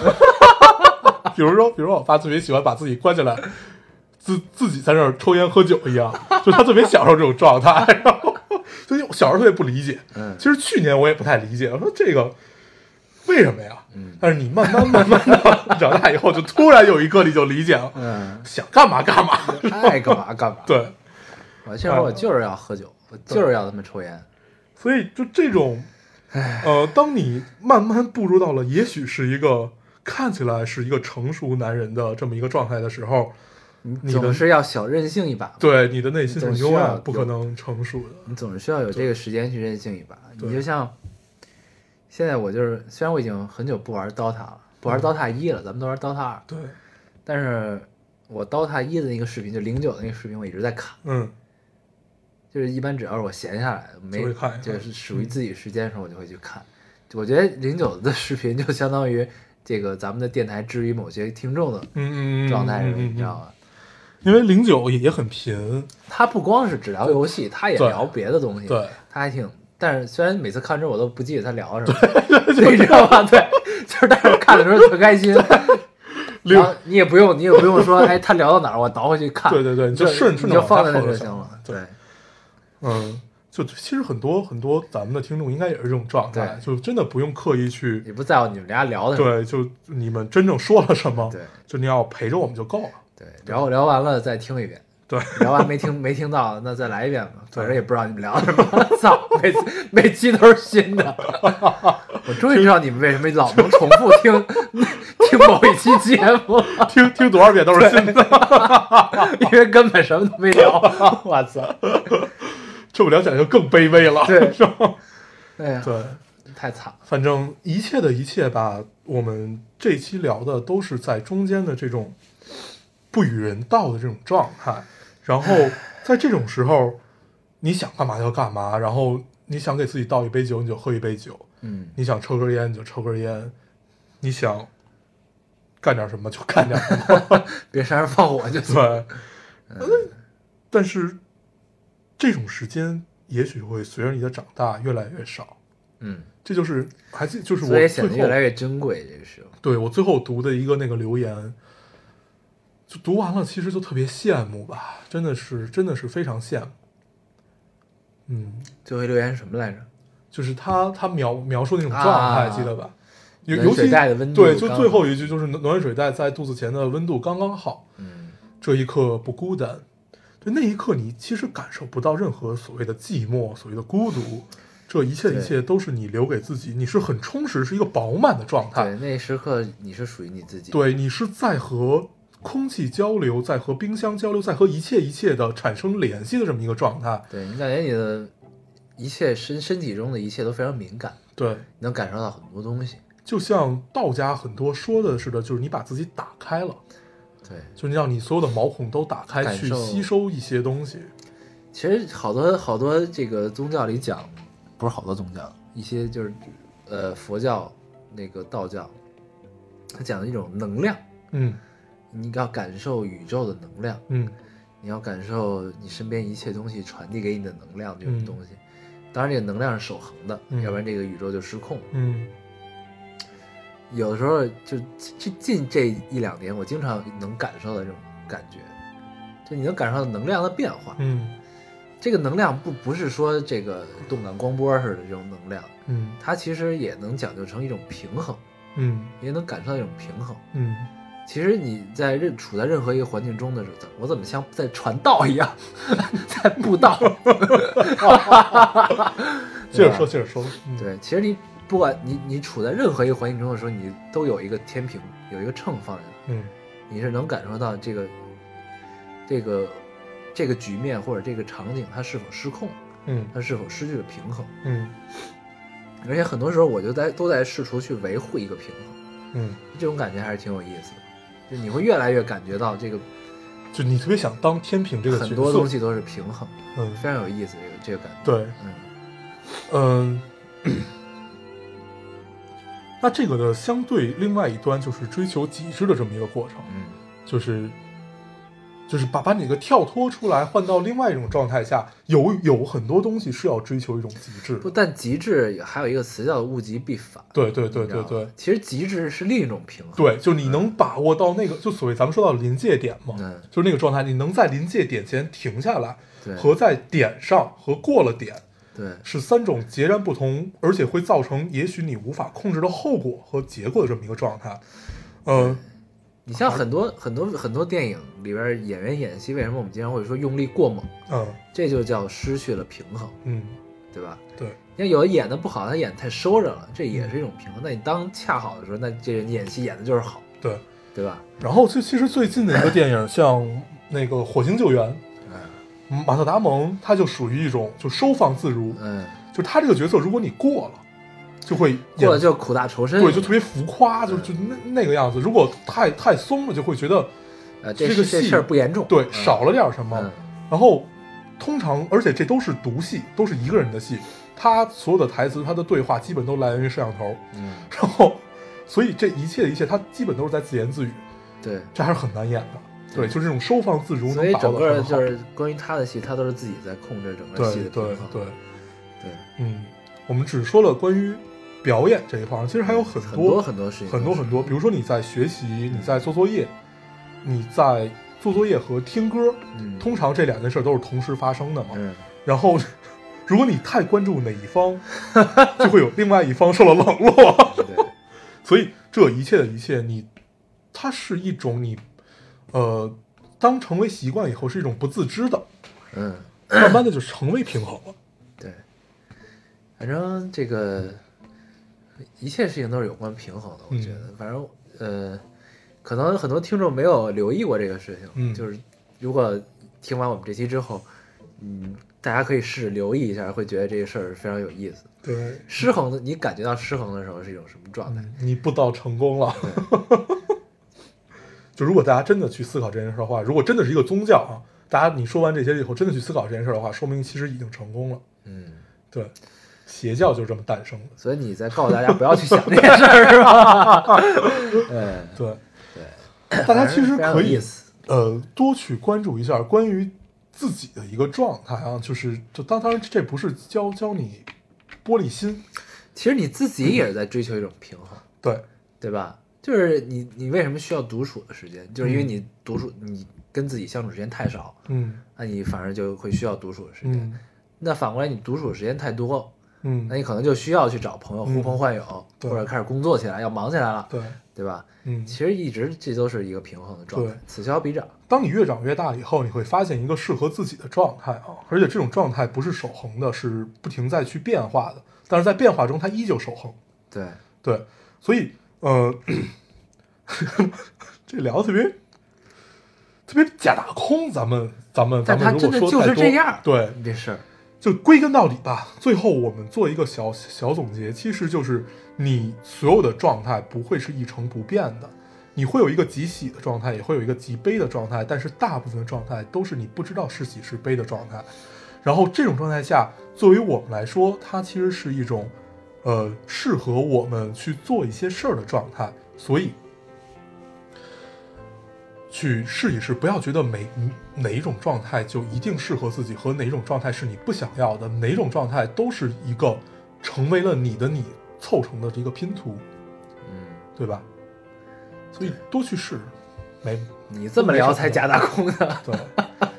[SPEAKER 4] 比如说，比如说我爸特别喜欢把自己关起来，自自己在那儿抽烟喝酒一样，就他特别享受这种状态，然后所以我小时候特别不理解，
[SPEAKER 3] 嗯
[SPEAKER 4] 其实去年我也不太理解，我说这个。为什么呀？但是你慢慢慢慢的嗯 长大以后，就突然有一个你就理解了，
[SPEAKER 3] 嗯，
[SPEAKER 4] 想干嘛干嘛。
[SPEAKER 3] 爱干嘛干嘛。
[SPEAKER 4] 对，
[SPEAKER 3] 我其实我就是要喝酒，我就是要他妈抽烟。
[SPEAKER 4] 所以就这种，呃，当你慢慢步入到了也许是一个看起来是一个成熟男人的这么一个状态的时候，
[SPEAKER 3] 你
[SPEAKER 4] 的
[SPEAKER 3] 总是要小任性一把嘛，
[SPEAKER 4] 对你的内心
[SPEAKER 3] 总
[SPEAKER 4] 是
[SPEAKER 3] 需要
[SPEAKER 4] 永远不可能成熟的。
[SPEAKER 3] 你总是需要有这个时间去任性一把。
[SPEAKER 4] 对
[SPEAKER 3] 你就像现在我就是，虽然我已经很久不玩 DOTA 了，不
[SPEAKER 4] 嗯
[SPEAKER 3] 玩 DOTA 一了，咱们都玩 DOTA 二，
[SPEAKER 4] 对，
[SPEAKER 3] 但是我 DOTA 一的那个视频，就零九的那个视频，我一直在看。
[SPEAKER 4] 嗯，
[SPEAKER 3] 就是一般只要是我闲下来，没
[SPEAKER 4] 就会看一看
[SPEAKER 3] 就是属于自己时间的时候，我就会去看。我觉得零九的视频就相当于这个咱们的电台之于某些听众的
[SPEAKER 4] 嗯嗯嗯，
[SPEAKER 3] 状态似的，
[SPEAKER 4] 嗯
[SPEAKER 3] 你知道？吗？
[SPEAKER 4] 因为零九也也很贫，
[SPEAKER 3] 他不光是只聊游戏，他也
[SPEAKER 4] 对
[SPEAKER 3] 聊别的东西，
[SPEAKER 4] 对，
[SPEAKER 3] 他还挺。但是虽然每次看之后我都不记得他聊了什么， 你知道吗？对， 就是但是我看的时候特开心，
[SPEAKER 4] 零
[SPEAKER 3] 然后你也不用你也不 用说，哎，他聊到哪儿我倒回去看，
[SPEAKER 4] 对对对你就顺顺着
[SPEAKER 3] 你就
[SPEAKER 4] 往
[SPEAKER 3] 放
[SPEAKER 4] 下
[SPEAKER 3] 在那
[SPEAKER 4] 放
[SPEAKER 3] 就
[SPEAKER 4] 就
[SPEAKER 3] 行
[SPEAKER 4] 行
[SPEAKER 3] 了
[SPEAKER 4] 了，
[SPEAKER 3] 对
[SPEAKER 4] 对嗯，就其实很多很多咱们的听众应该也是这种状态，就真的不用刻意去
[SPEAKER 3] 你不在乎你们俩聊的什么，
[SPEAKER 4] 对，就你们真正说了什么，
[SPEAKER 3] 对
[SPEAKER 4] 就你要陪着我们就够了。
[SPEAKER 3] 对，聊聊完了再听一遍，
[SPEAKER 4] 对，
[SPEAKER 3] 聊完没听没听到，那再来一遍吧，反正也不知道你们聊什么， 操，每次每期都是新的， 我终于知道你们为什么老能重复听 听某一期节目了，
[SPEAKER 4] 听 听多少遍都是新 的，
[SPEAKER 3] 因为根本什么都 没聊，我操，
[SPEAKER 4] 这么聊起来就更卑微了。
[SPEAKER 3] 对
[SPEAKER 4] 是吧
[SPEAKER 3] 哎呀，
[SPEAKER 4] 对，
[SPEAKER 3] 太惨了，
[SPEAKER 4] 反正一切的一切吧，我们这期聊的都是在中间的这种不与人道的这种状态，然后在这种时候，你想干嘛就干嘛，然后你想给自己倒一杯酒你就喝一杯酒，
[SPEAKER 3] 嗯，
[SPEAKER 4] 你想抽根烟你就抽根烟，你想干点什么就干点什么，
[SPEAKER 3] 别杀人放火就 行，
[SPEAKER 4] 对，嗯但是这种时间也许会随着你的长大越来越少，
[SPEAKER 3] 嗯，
[SPEAKER 4] 这就是还记就是我
[SPEAKER 3] 所以
[SPEAKER 4] 最
[SPEAKER 3] 显得
[SPEAKER 4] 后
[SPEAKER 3] 越来越珍贵，这个时候，
[SPEAKER 4] 对我最后读的一个那个留言，就读完了，其实就特别羡慕吧，真的是真的是非常羡慕。嗯，
[SPEAKER 3] 最后一留言是什么来着？
[SPEAKER 4] 啊就是他他描描述那种状态，
[SPEAKER 3] 啊
[SPEAKER 4] 记得吧？尤
[SPEAKER 3] 暖
[SPEAKER 4] 尤
[SPEAKER 3] 水
[SPEAKER 4] 其
[SPEAKER 3] 袋的温度
[SPEAKER 4] 对，就
[SPEAKER 3] 刚
[SPEAKER 4] 最
[SPEAKER 3] 好
[SPEAKER 4] 后一句就是暖暖水袋在肚子前的温度刚刚好，
[SPEAKER 3] 嗯，
[SPEAKER 4] 这一刻不孤单。就那一刻，你其实感受不到任何所谓的寂寞，所谓的孤独，这一切
[SPEAKER 3] 对
[SPEAKER 4] 一切都是你留给自己，你是很充实，是一个饱满的状态
[SPEAKER 3] 对，。那一时刻你是属于你自己，
[SPEAKER 4] 对你是在和空气交流，在和冰箱交流，在和一切一切的产生联系的这么一个状态。
[SPEAKER 3] 对你感觉你的一切身身体中的一切都非常敏感，
[SPEAKER 4] 对，
[SPEAKER 3] 你能感受到很多东西。
[SPEAKER 4] 就像道家很多说的似的，就是你把自己打开了，
[SPEAKER 3] 对，
[SPEAKER 4] 就是让你所有的毛孔都打开，
[SPEAKER 3] 感
[SPEAKER 4] 去
[SPEAKER 3] 受
[SPEAKER 4] 吸收一些东西。
[SPEAKER 3] 其实好多好多这个宗教里讲，不是好多宗教，一些就是呃佛教那个道教，它讲的一种能量，
[SPEAKER 4] 嗯
[SPEAKER 3] 你要感受宇宙的能量，
[SPEAKER 4] 嗯，
[SPEAKER 3] 你要感受你身边一切东西传递给你的能量这种
[SPEAKER 4] 嗯
[SPEAKER 3] 东西。当然，这个能量是守恒的，
[SPEAKER 4] 嗯
[SPEAKER 3] 要不然这个宇宙就失控了。
[SPEAKER 4] 嗯
[SPEAKER 3] 有的时候就这近这一两年，我经常能感受到这种感觉，就你能感受到能量的变化。
[SPEAKER 4] 嗯
[SPEAKER 3] 这个能量不不是说这个动感光波似的这种能量，
[SPEAKER 4] 嗯
[SPEAKER 3] 它其实也能讲究成一种平衡，
[SPEAKER 4] 嗯
[SPEAKER 3] 也能感受到一种平衡。
[SPEAKER 4] 嗯，
[SPEAKER 3] 其实你在任处在任何一个环境中的时候，我怎么像在传道一样， 在布道？
[SPEAKER 4] 接着说，接着说。嗯，
[SPEAKER 3] 啊对，其实你不管你你处在任何一个环境中的时候，你都有一个天平，有一个秤放在那儿。
[SPEAKER 4] 嗯
[SPEAKER 3] 你是能感受到这个这个这个局面或者这个场景它是否失控，
[SPEAKER 4] 嗯
[SPEAKER 3] 它是否失去了平衡。
[SPEAKER 4] 嗯
[SPEAKER 3] 而且很多时候我就在都在试图去维护一个平衡，
[SPEAKER 4] 嗯，
[SPEAKER 3] 这种感觉还是挺有意思的。就你会越来越感觉到这个
[SPEAKER 4] 就你特别想当天平这个角色，
[SPEAKER 3] 很多东西都是平衡，
[SPEAKER 4] 嗯，
[SPEAKER 3] 非常有意思。这个这个感觉，
[SPEAKER 4] 对，
[SPEAKER 3] 嗯，
[SPEAKER 4] 嗯， 那这个的相对另外一端就是追求极致的这么一个过程，
[SPEAKER 3] 嗯，
[SPEAKER 4] 就是就是把把你的跳脱出来，换到另外一种状态下，有有很多东西是要追求一种极致
[SPEAKER 3] 不，
[SPEAKER 4] 的。
[SPEAKER 3] 但极致还有一个词叫物极必反。
[SPEAKER 4] 对对对
[SPEAKER 3] 你知道
[SPEAKER 4] 对
[SPEAKER 3] 吗
[SPEAKER 4] 对
[SPEAKER 3] 其实极致是另一种平衡。
[SPEAKER 4] 对，就你能把握到那个，就所谓咱们说到临界点嘛，
[SPEAKER 3] 嗯
[SPEAKER 4] 就是那个状态，你能在临界点前停下来，
[SPEAKER 3] 对
[SPEAKER 4] 和在点上和过了点
[SPEAKER 3] 对
[SPEAKER 4] 是三种截然不同，而且会造成也许你无法控制的后果和结果的这么一个状态。嗯，
[SPEAKER 3] 你像很多很多很多电影里边演员演戏，为什么我们经常会说用力过猛？
[SPEAKER 4] 嗯
[SPEAKER 3] 这就叫失去了平衡，
[SPEAKER 4] 嗯，
[SPEAKER 3] 对吧？
[SPEAKER 4] 对，
[SPEAKER 3] 你看有的演的不好，他演得太收着了，这也是一种平衡。那你当恰好的时候，那这人演戏演的就是好，
[SPEAKER 4] 对。
[SPEAKER 3] 对吧？
[SPEAKER 4] 然后就其实最近的一个电影，像那个《火星救援》，马特·达蒙他就属于一种就收放自如，
[SPEAKER 3] 嗯，
[SPEAKER 4] 就他这个角色，如果你过了，就会演
[SPEAKER 3] 过了就苦大仇深。
[SPEAKER 4] 对，就特别浮夸，就
[SPEAKER 3] 嗯
[SPEAKER 4] 就那那个样子。如果太太松了，就会觉得
[SPEAKER 3] 呃，这
[SPEAKER 4] 这个
[SPEAKER 3] 这
[SPEAKER 4] 戏
[SPEAKER 3] 事儿不严重，
[SPEAKER 4] 对啊
[SPEAKER 3] 嗯
[SPEAKER 4] 少了点什么。
[SPEAKER 3] 嗯
[SPEAKER 4] 然后通常，而且这都是独戏，都是一个人的戏，他所有的台词、他的对话基本都来源于摄像头，
[SPEAKER 3] 嗯，
[SPEAKER 4] 然后所以这一切的一切，他基本都是在自言自语，
[SPEAKER 3] 对
[SPEAKER 4] 这还是很难演的。对，就是这种收放自如，
[SPEAKER 3] 嗯所以
[SPEAKER 4] 能把
[SPEAKER 3] 整
[SPEAKER 4] 握得
[SPEAKER 3] 个
[SPEAKER 4] 很好
[SPEAKER 3] 就是关于他的戏，他都是自己在控制整个戏
[SPEAKER 4] 对
[SPEAKER 3] 的
[SPEAKER 4] 对
[SPEAKER 3] 平衡。
[SPEAKER 4] 对，
[SPEAKER 3] 对
[SPEAKER 4] 嗯，我们只说了关于表演这一块儿，其实还有很
[SPEAKER 3] 很
[SPEAKER 4] 多
[SPEAKER 3] 很多事情，
[SPEAKER 4] 很多很多，比如说你在学习，你在做作业，你在做作业和听歌，
[SPEAKER 3] 嗯
[SPEAKER 4] 通常这两件事都是同时发生的嘛。
[SPEAKER 3] 嗯，
[SPEAKER 4] 然后，如果你太关注哪一方， 就会有另外一方受到冷落。
[SPEAKER 3] 对，
[SPEAKER 4] 所以，这一切的一切，你它是一种你呃，当成为习惯以后，是一种不自知的，
[SPEAKER 3] 嗯
[SPEAKER 4] 慢慢的就成为平衡了。
[SPEAKER 3] 对，反正这个一切事情都是有关平衡的，我
[SPEAKER 4] 嗯
[SPEAKER 3] 觉得，反正呃，可能很多听众没有留意过这个事情，
[SPEAKER 4] 嗯
[SPEAKER 3] 就是如果听完我们这期之后，嗯，大家可以试着留意一下，会觉得这个事儿非常有意思。
[SPEAKER 4] 对，
[SPEAKER 3] 失衡的，你感觉到失衡的时候是一种什么状态？
[SPEAKER 4] 嗯你不到成功了。 就如果大家真的去思考这件事的话，如果真的是一个宗教啊，大家你说完这些以后，真的去思考这件事的话，说明其实已经成功了。
[SPEAKER 3] 嗯，
[SPEAKER 4] 对，邪教就是这么诞生的。
[SPEAKER 3] 所以你在告诉大家不要去想这件事儿，是吧？ 嗯，
[SPEAKER 4] 对， 大家其实可
[SPEAKER 3] 反正非常有
[SPEAKER 4] 以
[SPEAKER 3] 意思
[SPEAKER 4] 呃多去关注一下关于自己的一个状态啊，就是就当当然这不是教教你玻璃心，
[SPEAKER 3] 其实你自己也是在追求一种平衡。
[SPEAKER 4] 对
[SPEAKER 3] 对吧？就是你，你为什么需要独处的时间？就是因为你独处，你跟自己相处时间太少，
[SPEAKER 4] 嗯
[SPEAKER 3] 那你反而就会需要独处的时间。
[SPEAKER 4] 嗯
[SPEAKER 3] 那反过来，你独处的时间太多，
[SPEAKER 4] 嗯
[SPEAKER 3] 那，你可能就需要去找朋友
[SPEAKER 4] 嗯
[SPEAKER 3] 呼朋唤友，
[SPEAKER 4] 对
[SPEAKER 3] 或者开始工作起来，要忙起来了，
[SPEAKER 4] 对，
[SPEAKER 3] 对吧？
[SPEAKER 4] 嗯
[SPEAKER 3] 其，实一直这都是一个平衡的状态
[SPEAKER 4] 对，
[SPEAKER 3] 此消彼长。
[SPEAKER 4] 当你越长越大以后，你会发现一个适合自己的状态啊，而且这种状态不是守恒的，是不停在去变化的，但是在变化中它依旧守恒。
[SPEAKER 3] 对，
[SPEAKER 4] 对，所以呃， 这聊得特别特别假大空，咱们咱们咱
[SPEAKER 3] 但
[SPEAKER 4] 们
[SPEAKER 3] 它
[SPEAKER 4] 如果
[SPEAKER 3] 真的
[SPEAKER 4] 说太
[SPEAKER 3] 就是
[SPEAKER 4] 多
[SPEAKER 3] 这样
[SPEAKER 4] 对，
[SPEAKER 3] 这事儿，
[SPEAKER 4] 就归根到底吧，最后我们做一个小小总结，其实就是你所有的状态不会是一成不变的，你会有一个极喜的状态，也会有一个极悲的状态，但是大部分的状态都是你不知道是喜是悲的状态。然后这种状态下，作为我们来说，它其实是一种，呃，适合我们去做一些事儿的状态，所以去试一试，不要觉得每哪一种状态就一定适合自己，和哪一种状态是你不想要的，哪种状态都是一个成为了你的你凑成的一个拼图，
[SPEAKER 3] 嗯，
[SPEAKER 4] 对吧？所以多去试，没
[SPEAKER 3] 你这么聊才假大空呢。
[SPEAKER 4] 对，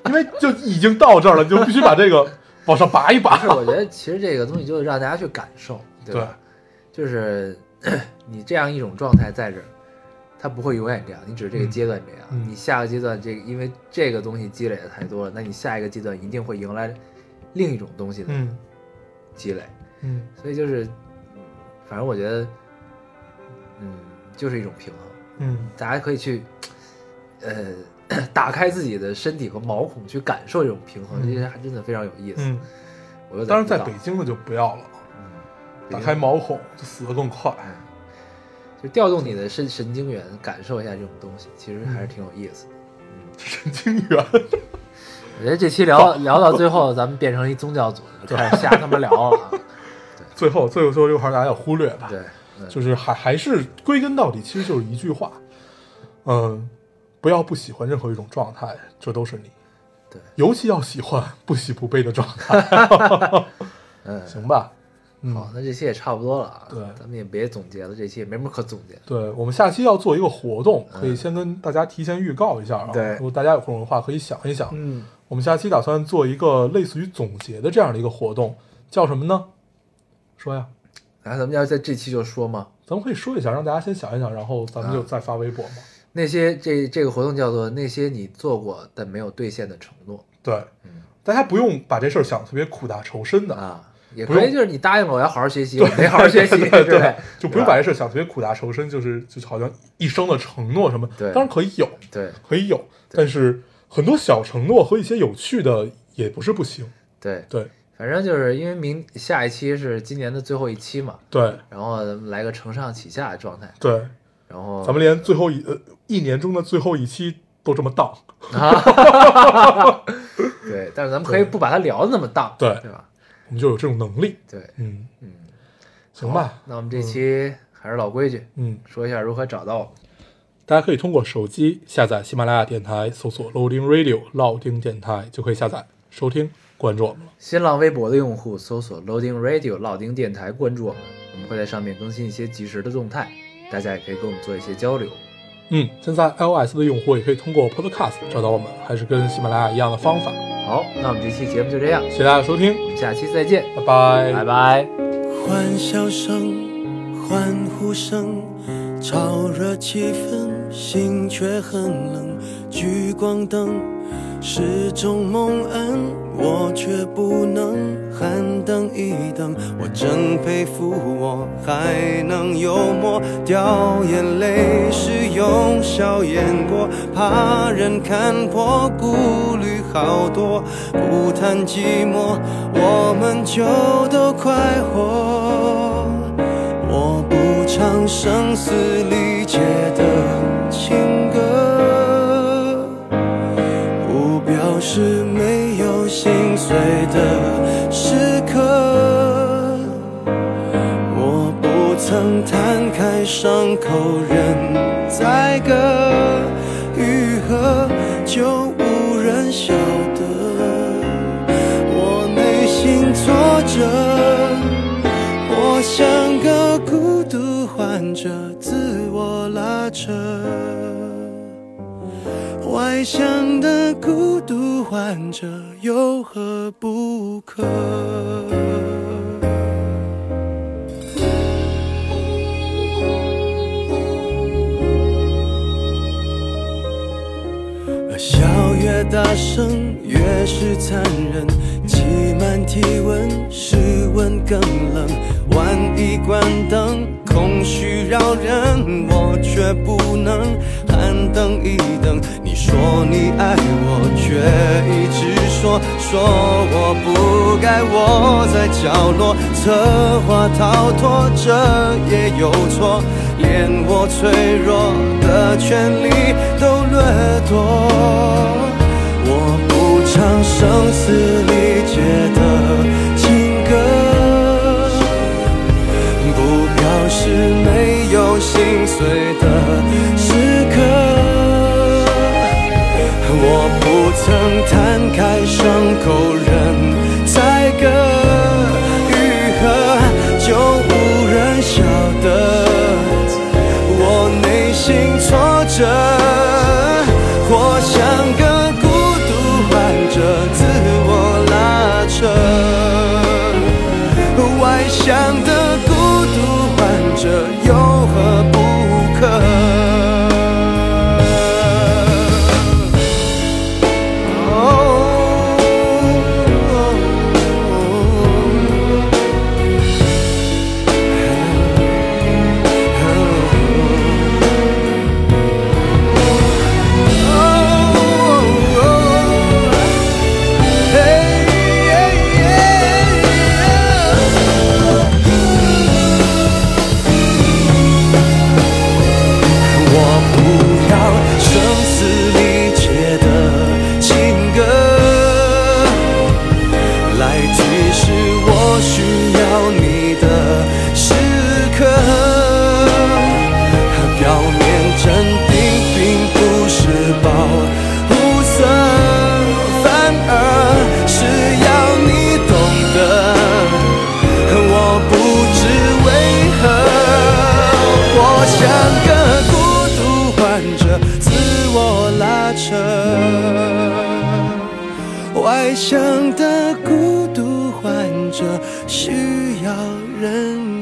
[SPEAKER 4] 因为就已经到这儿了，你就必须把这个 往上拔一 拔
[SPEAKER 3] 但。是我觉得其实这个东西就让大家去感受，对吧？就是 你这样一种状态在这儿，它不会永远这样，你只是这个
[SPEAKER 4] 嗯
[SPEAKER 3] 阶段这样。
[SPEAKER 4] 嗯
[SPEAKER 3] 你下个阶段这个，因为这个东西积累的太多了，那你下一个阶段一定会迎来另一种东西的
[SPEAKER 4] 嗯
[SPEAKER 3] 积累。
[SPEAKER 4] 嗯，
[SPEAKER 3] 所以就是，反正我觉得，嗯，就是一种平衡，
[SPEAKER 4] 嗯，
[SPEAKER 3] 大家可以去，呃。 打开自己的身体和毛孔，去感受这种平衡，
[SPEAKER 4] 嗯
[SPEAKER 3] 这些还真的非常有意思。
[SPEAKER 4] 嗯，
[SPEAKER 3] 我又
[SPEAKER 4] 当然
[SPEAKER 3] 在
[SPEAKER 4] 在
[SPEAKER 3] 不知
[SPEAKER 4] 北
[SPEAKER 3] 道
[SPEAKER 4] 京的就不要了，
[SPEAKER 3] 嗯
[SPEAKER 4] 打
[SPEAKER 3] 北京
[SPEAKER 4] 开毛孔就死得更快。
[SPEAKER 3] 就调动你的神神经元，感受一下这种东西，其实
[SPEAKER 4] 嗯
[SPEAKER 3] 还是挺有意思的。
[SPEAKER 4] 神经元，
[SPEAKER 3] 我觉得哎这期聊聊到最后，咱们变成一宗教组织，开始瞎他妈聊了啊。
[SPEAKER 4] 最后最后最后这块儿大家要忽略吧。
[SPEAKER 3] 对，嗯
[SPEAKER 4] 就是还还是归根到底，其实就是一句话，嗯，不要不喜欢任何一种状态，这都是你。
[SPEAKER 3] 对
[SPEAKER 4] 尤其要喜欢不喜不悲的状态，
[SPEAKER 3] 嗯，
[SPEAKER 4] 行吧？嗯
[SPEAKER 3] 好，，那这期也差不多了啊。
[SPEAKER 4] 对
[SPEAKER 3] 咱们也别总结了，这期也没什么可总结的。
[SPEAKER 4] 对我们下期要做一个活动，可以
[SPEAKER 3] 嗯
[SPEAKER 4] 先跟大家提前预告一下啊。
[SPEAKER 3] 对
[SPEAKER 4] 如果大家有空的话，可以想一想。
[SPEAKER 3] 嗯，
[SPEAKER 4] 我们下期打算做一个类似于总结的这样的一个活动，叫什么呢？说呀，
[SPEAKER 3] 然后咱们要在这期就说嘛，
[SPEAKER 4] 咱们可以说一下，让大家先想一想，然后咱们就
[SPEAKER 3] 啊
[SPEAKER 4] 再发微博嘛。
[SPEAKER 3] 那些这这个活动叫做那些你做过但没有兑现的承诺
[SPEAKER 4] 对
[SPEAKER 3] 嗯，
[SPEAKER 4] 大家不用把这事儿想得特别苦大仇深的。
[SPEAKER 3] 啊，也
[SPEAKER 4] 不
[SPEAKER 3] 可以
[SPEAKER 4] 用
[SPEAKER 3] 就是你答应了我要好好学习，我没好好学习，
[SPEAKER 4] 对
[SPEAKER 3] 对
[SPEAKER 4] 对
[SPEAKER 3] 不对，
[SPEAKER 4] 就不用把这事儿想特别苦大仇深，就是就是好像一生的承诺什么，
[SPEAKER 3] 对
[SPEAKER 4] 当然可以有，
[SPEAKER 3] 对
[SPEAKER 4] 可以有，但是很多小承诺和一些有趣的也不是不行，
[SPEAKER 3] 对，
[SPEAKER 4] 对
[SPEAKER 3] 反正就是因为明下一期是今年的最后一期嘛，
[SPEAKER 4] 对
[SPEAKER 3] 然后咱们来个承上启下的状态，
[SPEAKER 4] 对，
[SPEAKER 3] 然后
[SPEAKER 4] 咱们连最后一呃一年中的最后一期都这么荡，
[SPEAKER 3] 对，但是咱们可以不把它聊的那么荡，
[SPEAKER 4] 对
[SPEAKER 3] 对吧？
[SPEAKER 4] 我们就有这种能力，
[SPEAKER 3] 对，
[SPEAKER 4] 嗯
[SPEAKER 3] 嗯，
[SPEAKER 4] 行吧，
[SPEAKER 3] 那我们这期还是老规矩，
[SPEAKER 4] 嗯，
[SPEAKER 3] 说一下如何找到我们。
[SPEAKER 4] 大家可以通过手机下载喜马拉雅电台，搜索 Loading Radio 老丁电台就可以下载收听，关注我们了。
[SPEAKER 3] 新浪微博的用户搜索 Loading Radio 老丁电台，关注我们，我们会在上面更新一些及时的动态，大家也可以跟我们做一些交流。
[SPEAKER 4] 嗯，现在 iOS 的用户也可以通过 Podcast 找到我们，还是跟喜马拉雅一样的方法。
[SPEAKER 3] 好，那我们这期节目就这样，
[SPEAKER 4] 谢谢大家收听，
[SPEAKER 3] 我们下期再见，
[SPEAKER 4] 拜拜，
[SPEAKER 3] 拜拜。
[SPEAKER 5] 欢笑声、欢呼声，炒热气氛，心却很冷。聚光灯是种蒙恩，我却不能喊等一等。我真佩服我还能幽默，掉眼泪是用笑掩过，怕人看破，顾虑好多，不谈寂寞，我们就都快活。我不唱声嘶力竭的情歌，不表示没有心碎的时刻。我不曾摊开伤口，任宰割愈合，就无人晓得我内心挫折。我像个孤独患者，自我拉扯。外向的孤独患者有何不可？笑越大声，越是残忍。挤满体温，室温更冷。万一关灯，空虚扰人，我却不能喊等一等。你说你爱我，却一直说说我不该窝在角落，策划逃脱，这也有错。连我脆弱的权利都掠夺。我不唱声嘶力竭的情歌，不表示没有心碎的时刻。我不曾摊开伤口任宰割愈合，就无人晓得。我内心挫折，我像个孤独患者，自我拉扯。外向的孤独患者有何不可？哦我不要声嘶力竭的情歌，来提示我需要你的时刻。表面镇定并不是保护色，反而是要你懂得。我不知为何，我像个孤独患者，自我拉扯。外向的孤独患者需要人